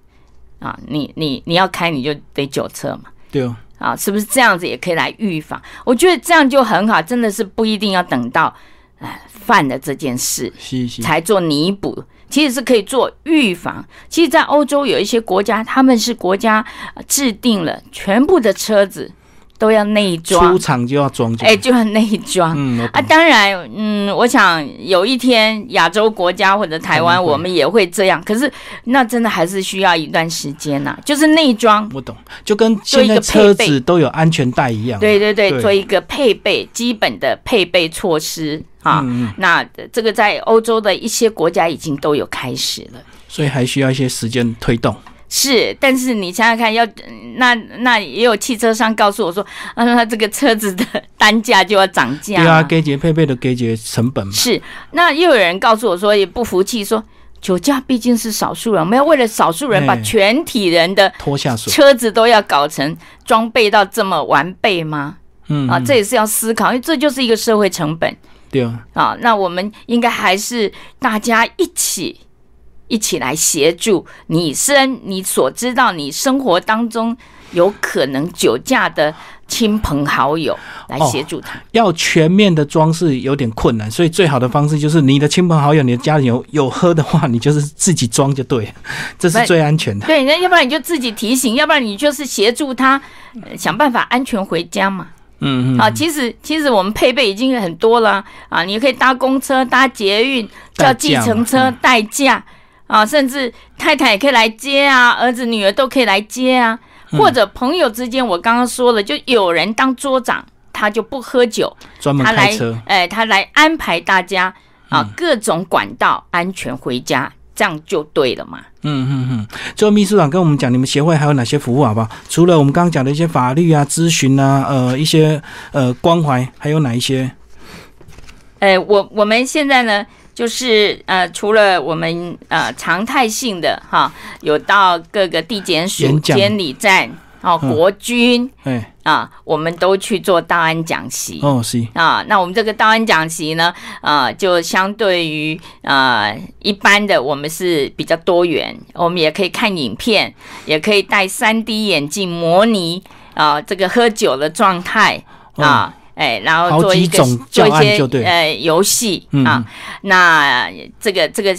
[SPEAKER 2] 啊，你你你要开你就得酒车嘛，
[SPEAKER 1] 对啊，
[SPEAKER 2] 啊，是不是这样子也可以来预防？我觉得这样就很好，真的是不一定要等到哎犯了这件事
[SPEAKER 1] 是是，
[SPEAKER 2] 才做弥补，其实是可以做预防。其实，在欧洲有一些国家，他们是国家呃制定了全部的车子都要内
[SPEAKER 1] 出
[SPEAKER 2] 装，
[SPEAKER 1] 厂就要装这
[SPEAKER 2] 哎、
[SPEAKER 1] 个。
[SPEAKER 2] 就要内装。
[SPEAKER 1] 嗯，我懂
[SPEAKER 2] 啊，当然，嗯，我想有一天亚洲国家或者台
[SPEAKER 1] 可
[SPEAKER 2] 湾，
[SPEAKER 1] 能会
[SPEAKER 2] 我们也会这样。可是，那真的还是需要一段时间呐、就是内装，
[SPEAKER 1] 我懂，就跟现在车子都有安全带一样。
[SPEAKER 2] 对对对，
[SPEAKER 1] 对
[SPEAKER 2] 做一个配备基本的配备措施啊。
[SPEAKER 1] 嗯，嗯，
[SPEAKER 2] 那这个在欧洲的一些国家已经都有开始了。
[SPEAKER 1] 所以还需要一些时间推动。
[SPEAKER 2] 是，但是你想想看，要嗯那那也有汽车商告诉我说，啊，那这个车子的单价就要涨价
[SPEAKER 1] 对
[SPEAKER 2] 了。
[SPEAKER 1] 啊，给节配备的给节成本嘛。
[SPEAKER 2] 是，那又有人告诉我说，也不服气，说酒驾毕竟是少数人，我们要为了少数人把
[SPEAKER 1] 哎
[SPEAKER 2] 全体人的
[SPEAKER 1] 拖下水，
[SPEAKER 2] 车子都要搞成装备到这么完备吗？
[SPEAKER 1] 嗯
[SPEAKER 2] 啊，
[SPEAKER 1] 嗯
[SPEAKER 2] 这也是要思考，因为这就是一个社会成本
[SPEAKER 1] 对啊，
[SPEAKER 2] 啊。那我们应该还是大家一起。一起来协助你生你所知道你生活当中有可能酒驾的亲朋好友来
[SPEAKER 1] 哦
[SPEAKER 2] 协助他。
[SPEAKER 1] 要全面的装饰有点困难，所以最好的方式就是你的亲朋好友、你的家人有有喝的话，你就是自己装就对了，这是最安全的。
[SPEAKER 2] 对，那要不然你就自己提醒，要不然你就是协助他、呃想办法安全回家嘛。
[SPEAKER 1] 嗯嗯，
[SPEAKER 2] 啊，其实其实我们配备已经很多了啊，你可以搭公车、搭捷运、叫
[SPEAKER 1] 代驾
[SPEAKER 2] 计程
[SPEAKER 1] 嘛
[SPEAKER 2] 车
[SPEAKER 1] 嗯
[SPEAKER 2] 代驾啊，甚至太太也可以来接啊，儿子女儿都可以来接啊，
[SPEAKER 1] 嗯
[SPEAKER 2] 或者朋友之间，我刚刚说了，就有人当桌长，他就不喝酒，
[SPEAKER 1] 专门
[SPEAKER 2] 他
[SPEAKER 1] 开
[SPEAKER 2] 来
[SPEAKER 1] 车，嗯
[SPEAKER 2] 哎，他来安排大家啊各种管道安全回家，这样就对了嘛。
[SPEAKER 1] 嗯嗯嗯。最后，秘书长跟我们讲，你们协会还有哪些服务好不好？除了我们刚刚讲的一些法律啊、咨询啊、呃一些呃关怀，还有哪一些？
[SPEAKER 2] 哎，我我们现在呢，就是呃，除了我们呃常态性的哈，有到各个地检署、
[SPEAKER 1] 演讲
[SPEAKER 2] 监理站、哦
[SPEAKER 1] 嗯
[SPEAKER 2] 国军
[SPEAKER 1] 哎、
[SPEAKER 2] 啊，我们都去做道安讲习。
[SPEAKER 1] 哦，是，
[SPEAKER 2] 啊，那我们这个道安讲习呢，呃，就相对于呃一般的，我们是比较多元，我们也可以看影片，也可以戴三 D 眼镜模拟啊、这个喝酒的状态
[SPEAKER 1] 哦
[SPEAKER 2] 啊。哎，然后
[SPEAKER 1] 嗯好
[SPEAKER 2] 做
[SPEAKER 1] 几
[SPEAKER 2] 一个
[SPEAKER 1] 种
[SPEAKER 2] 做一
[SPEAKER 1] 教案就对
[SPEAKER 2] 些
[SPEAKER 1] 了
[SPEAKER 2] 呃游戏
[SPEAKER 1] 嗯
[SPEAKER 2] 啊，那这个这个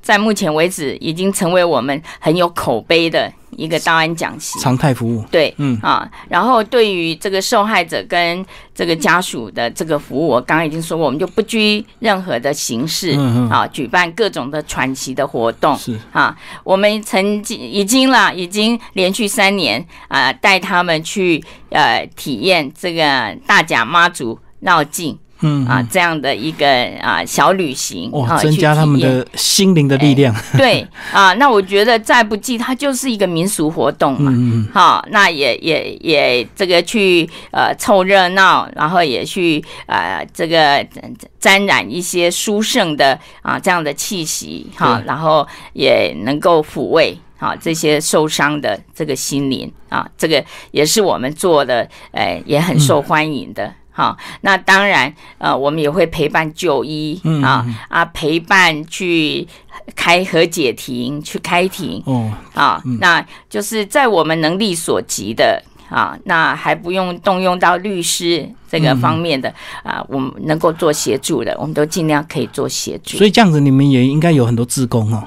[SPEAKER 2] 在目前为止已经成为我们很有口碑的一个道安讲习。
[SPEAKER 1] 常态服务。
[SPEAKER 2] 对，
[SPEAKER 1] 嗯
[SPEAKER 2] 啊，然后对于这个受害者跟这个家属的这个服务，我刚刚已经说过，我们就不拘任何的形式、
[SPEAKER 1] 嗯嗯
[SPEAKER 2] 啊，举办各种的喘息的活动
[SPEAKER 1] 是，
[SPEAKER 2] 啊。我们曾经已经啦，已经连续三年啊，带他们去呃体验这个大甲妈祖绕境
[SPEAKER 1] 嗯
[SPEAKER 2] 啊
[SPEAKER 1] 嗯
[SPEAKER 2] 这样的一个啊小旅行
[SPEAKER 1] 哇，
[SPEAKER 2] 啊，
[SPEAKER 1] 增加
[SPEAKER 2] 去体
[SPEAKER 1] 他们
[SPEAKER 2] 验
[SPEAKER 1] 的心灵的力量。
[SPEAKER 2] 对啊，那我觉得再不济，它就是一个民俗活动嘛。
[SPEAKER 1] 嗯嗯
[SPEAKER 2] 好，那也也也这个去呃凑热闹，然后也去呃这个沾沾染一些殊胜的啊、这样的气息哈，
[SPEAKER 1] 对
[SPEAKER 2] 然后也能够抚慰啊这些受伤的这个心灵啊，这个也是我们做的，哎、也很受欢迎的。好，那当然，呃，我们也会陪伴就医
[SPEAKER 1] 嗯
[SPEAKER 2] 啊啊，陪伴去开和解庭，去开庭，
[SPEAKER 1] 哦，
[SPEAKER 2] 啊，那就是在我们能力所及的啊，那还不用动用到律师这个方面的、
[SPEAKER 1] 嗯
[SPEAKER 2] 啊，我们能够做协助的，我们都尽量可以做协助。
[SPEAKER 1] 所以这样子你们也应该有很多志工哦。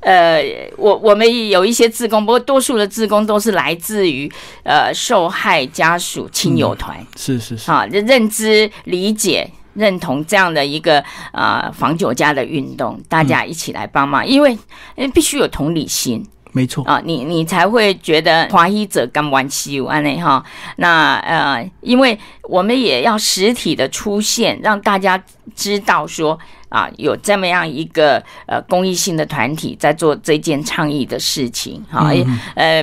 [SPEAKER 2] 呃，我我们有一些志工，不过多数的志工都是来自于呃受害家属亲友团、
[SPEAKER 1] 是是是，
[SPEAKER 2] 啊，认知理解。认同这样的一个呃防酒驾的运动，大
[SPEAKER 1] 嗯
[SPEAKER 2] 家一起来帮忙，因为因为必须有同理心，
[SPEAKER 1] 没错。
[SPEAKER 2] 啊，你你才会觉得华裔者甘玩西安内哈。那呃，因为我们也要实体的出现，让大家知道说啊，有这么样一个呃公益性的团体在做这件倡议的事情哈、也呃，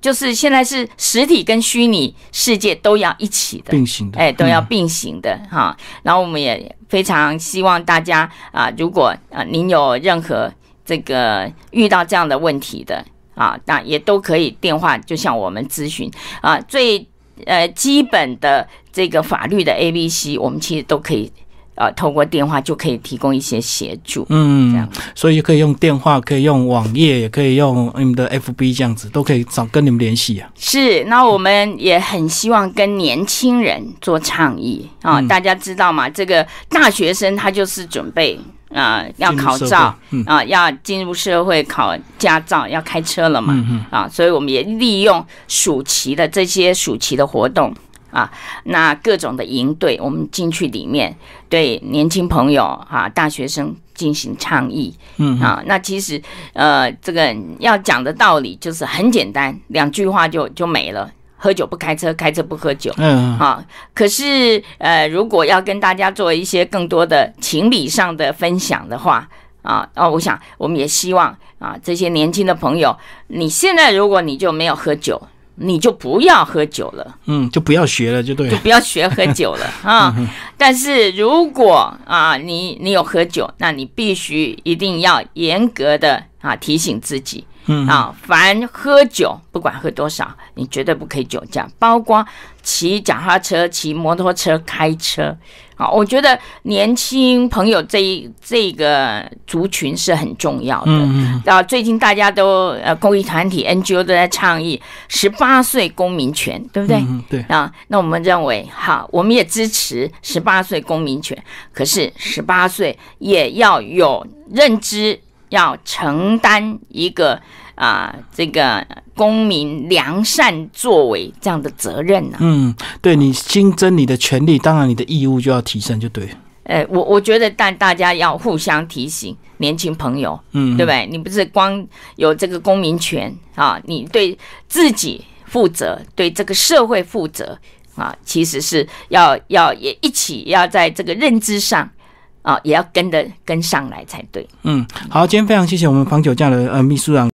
[SPEAKER 2] 就是现在是实体跟虚拟世界都要一起的。
[SPEAKER 1] 并行的，嗯
[SPEAKER 2] 哎，都要并行的哈、然后我们也非常希望大家啊、如果啊您有任何这个遇到这样的问题的啊，那也都可以电话就向我们咨询啊。最呃基本的这个法律的 A、B、C，我们其实都可以呃透过电话就可以提供一些协助。这
[SPEAKER 1] 嗯
[SPEAKER 2] 样，
[SPEAKER 1] 所以可以用电话，可以用网页，也可以用你们的 FB 这样子，都可以找跟你们联系啊。
[SPEAKER 2] 是，那我们也很希望跟年轻人做倡议啊、
[SPEAKER 1] 嗯
[SPEAKER 2] 大家知道嘛，这个大学生他就是准备啊、呃要
[SPEAKER 1] 进入
[SPEAKER 2] 考
[SPEAKER 1] 社会
[SPEAKER 2] 照啊、
[SPEAKER 1] 嗯
[SPEAKER 2] 要进入社会考驾照，要开车了嘛、
[SPEAKER 1] 嗯
[SPEAKER 2] 啊，所以我们也利用暑期的这些暑期的活动。啊，那各种的营队，我们进去里面对年轻朋友啊、大学生进行倡议，
[SPEAKER 1] 嗯
[SPEAKER 2] 啊，那其实呃，这个要讲的道理就是很简单，两句话就就没了。喝酒不开车，开车不喝酒。
[SPEAKER 1] 嗯，
[SPEAKER 2] 啊，可是呃，如果要跟大家做一些更多的情理上的分享的话，啊，哦，我想我们也希望啊，这些年轻的朋友，你现在如果你就没有喝酒，你就不要喝酒了。
[SPEAKER 1] 嗯，就不要学了，就对
[SPEAKER 2] 就
[SPEAKER 1] 了。
[SPEAKER 2] 不要学喝酒 了啊！但是如果啊，你你有喝酒，那你必须一定要严格的啊提醒自己
[SPEAKER 1] 嗯
[SPEAKER 2] 啊，凡喝酒，不管喝多少，你绝对不可以酒驾，包括骑脚踏车、骑摩托车、开车。啊，我觉得年轻朋友这一这个族群是很重要的。
[SPEAKER 1] 嗯嗯，
[SPEAKER 2] 啊，最近大家都呃，公益团体 NGO 都在倡议十八岁公民权，对不对？
[SPEAKER 1] 嗯对，
[SPEAKER 2] 啊，那我们认为，好，我们也支持十八岁公民权，可是十八岁也要有认知，要承担一个啊、这个公民良善作为这样的责任啊呢、
[SPEAKER 1] 嗯，对你新增你的权利，当然你的义务就要提升，就对了。
[SPEAKER 2] 呃，我我觉得，但大家要互相提醒年轻朋友，
[SPEAKER 1] 嗯，
[SPEAKER 2] 对不对？你不是光有这个公民权啊，你对自己负责，对这个社会负责啊，其实是要要也一起要在这个认知上啊，也要跟的跟上来才对。
[SPEAKER 1] 嗯，好，今天非常谢谢我们防酒驾的呃秘书长。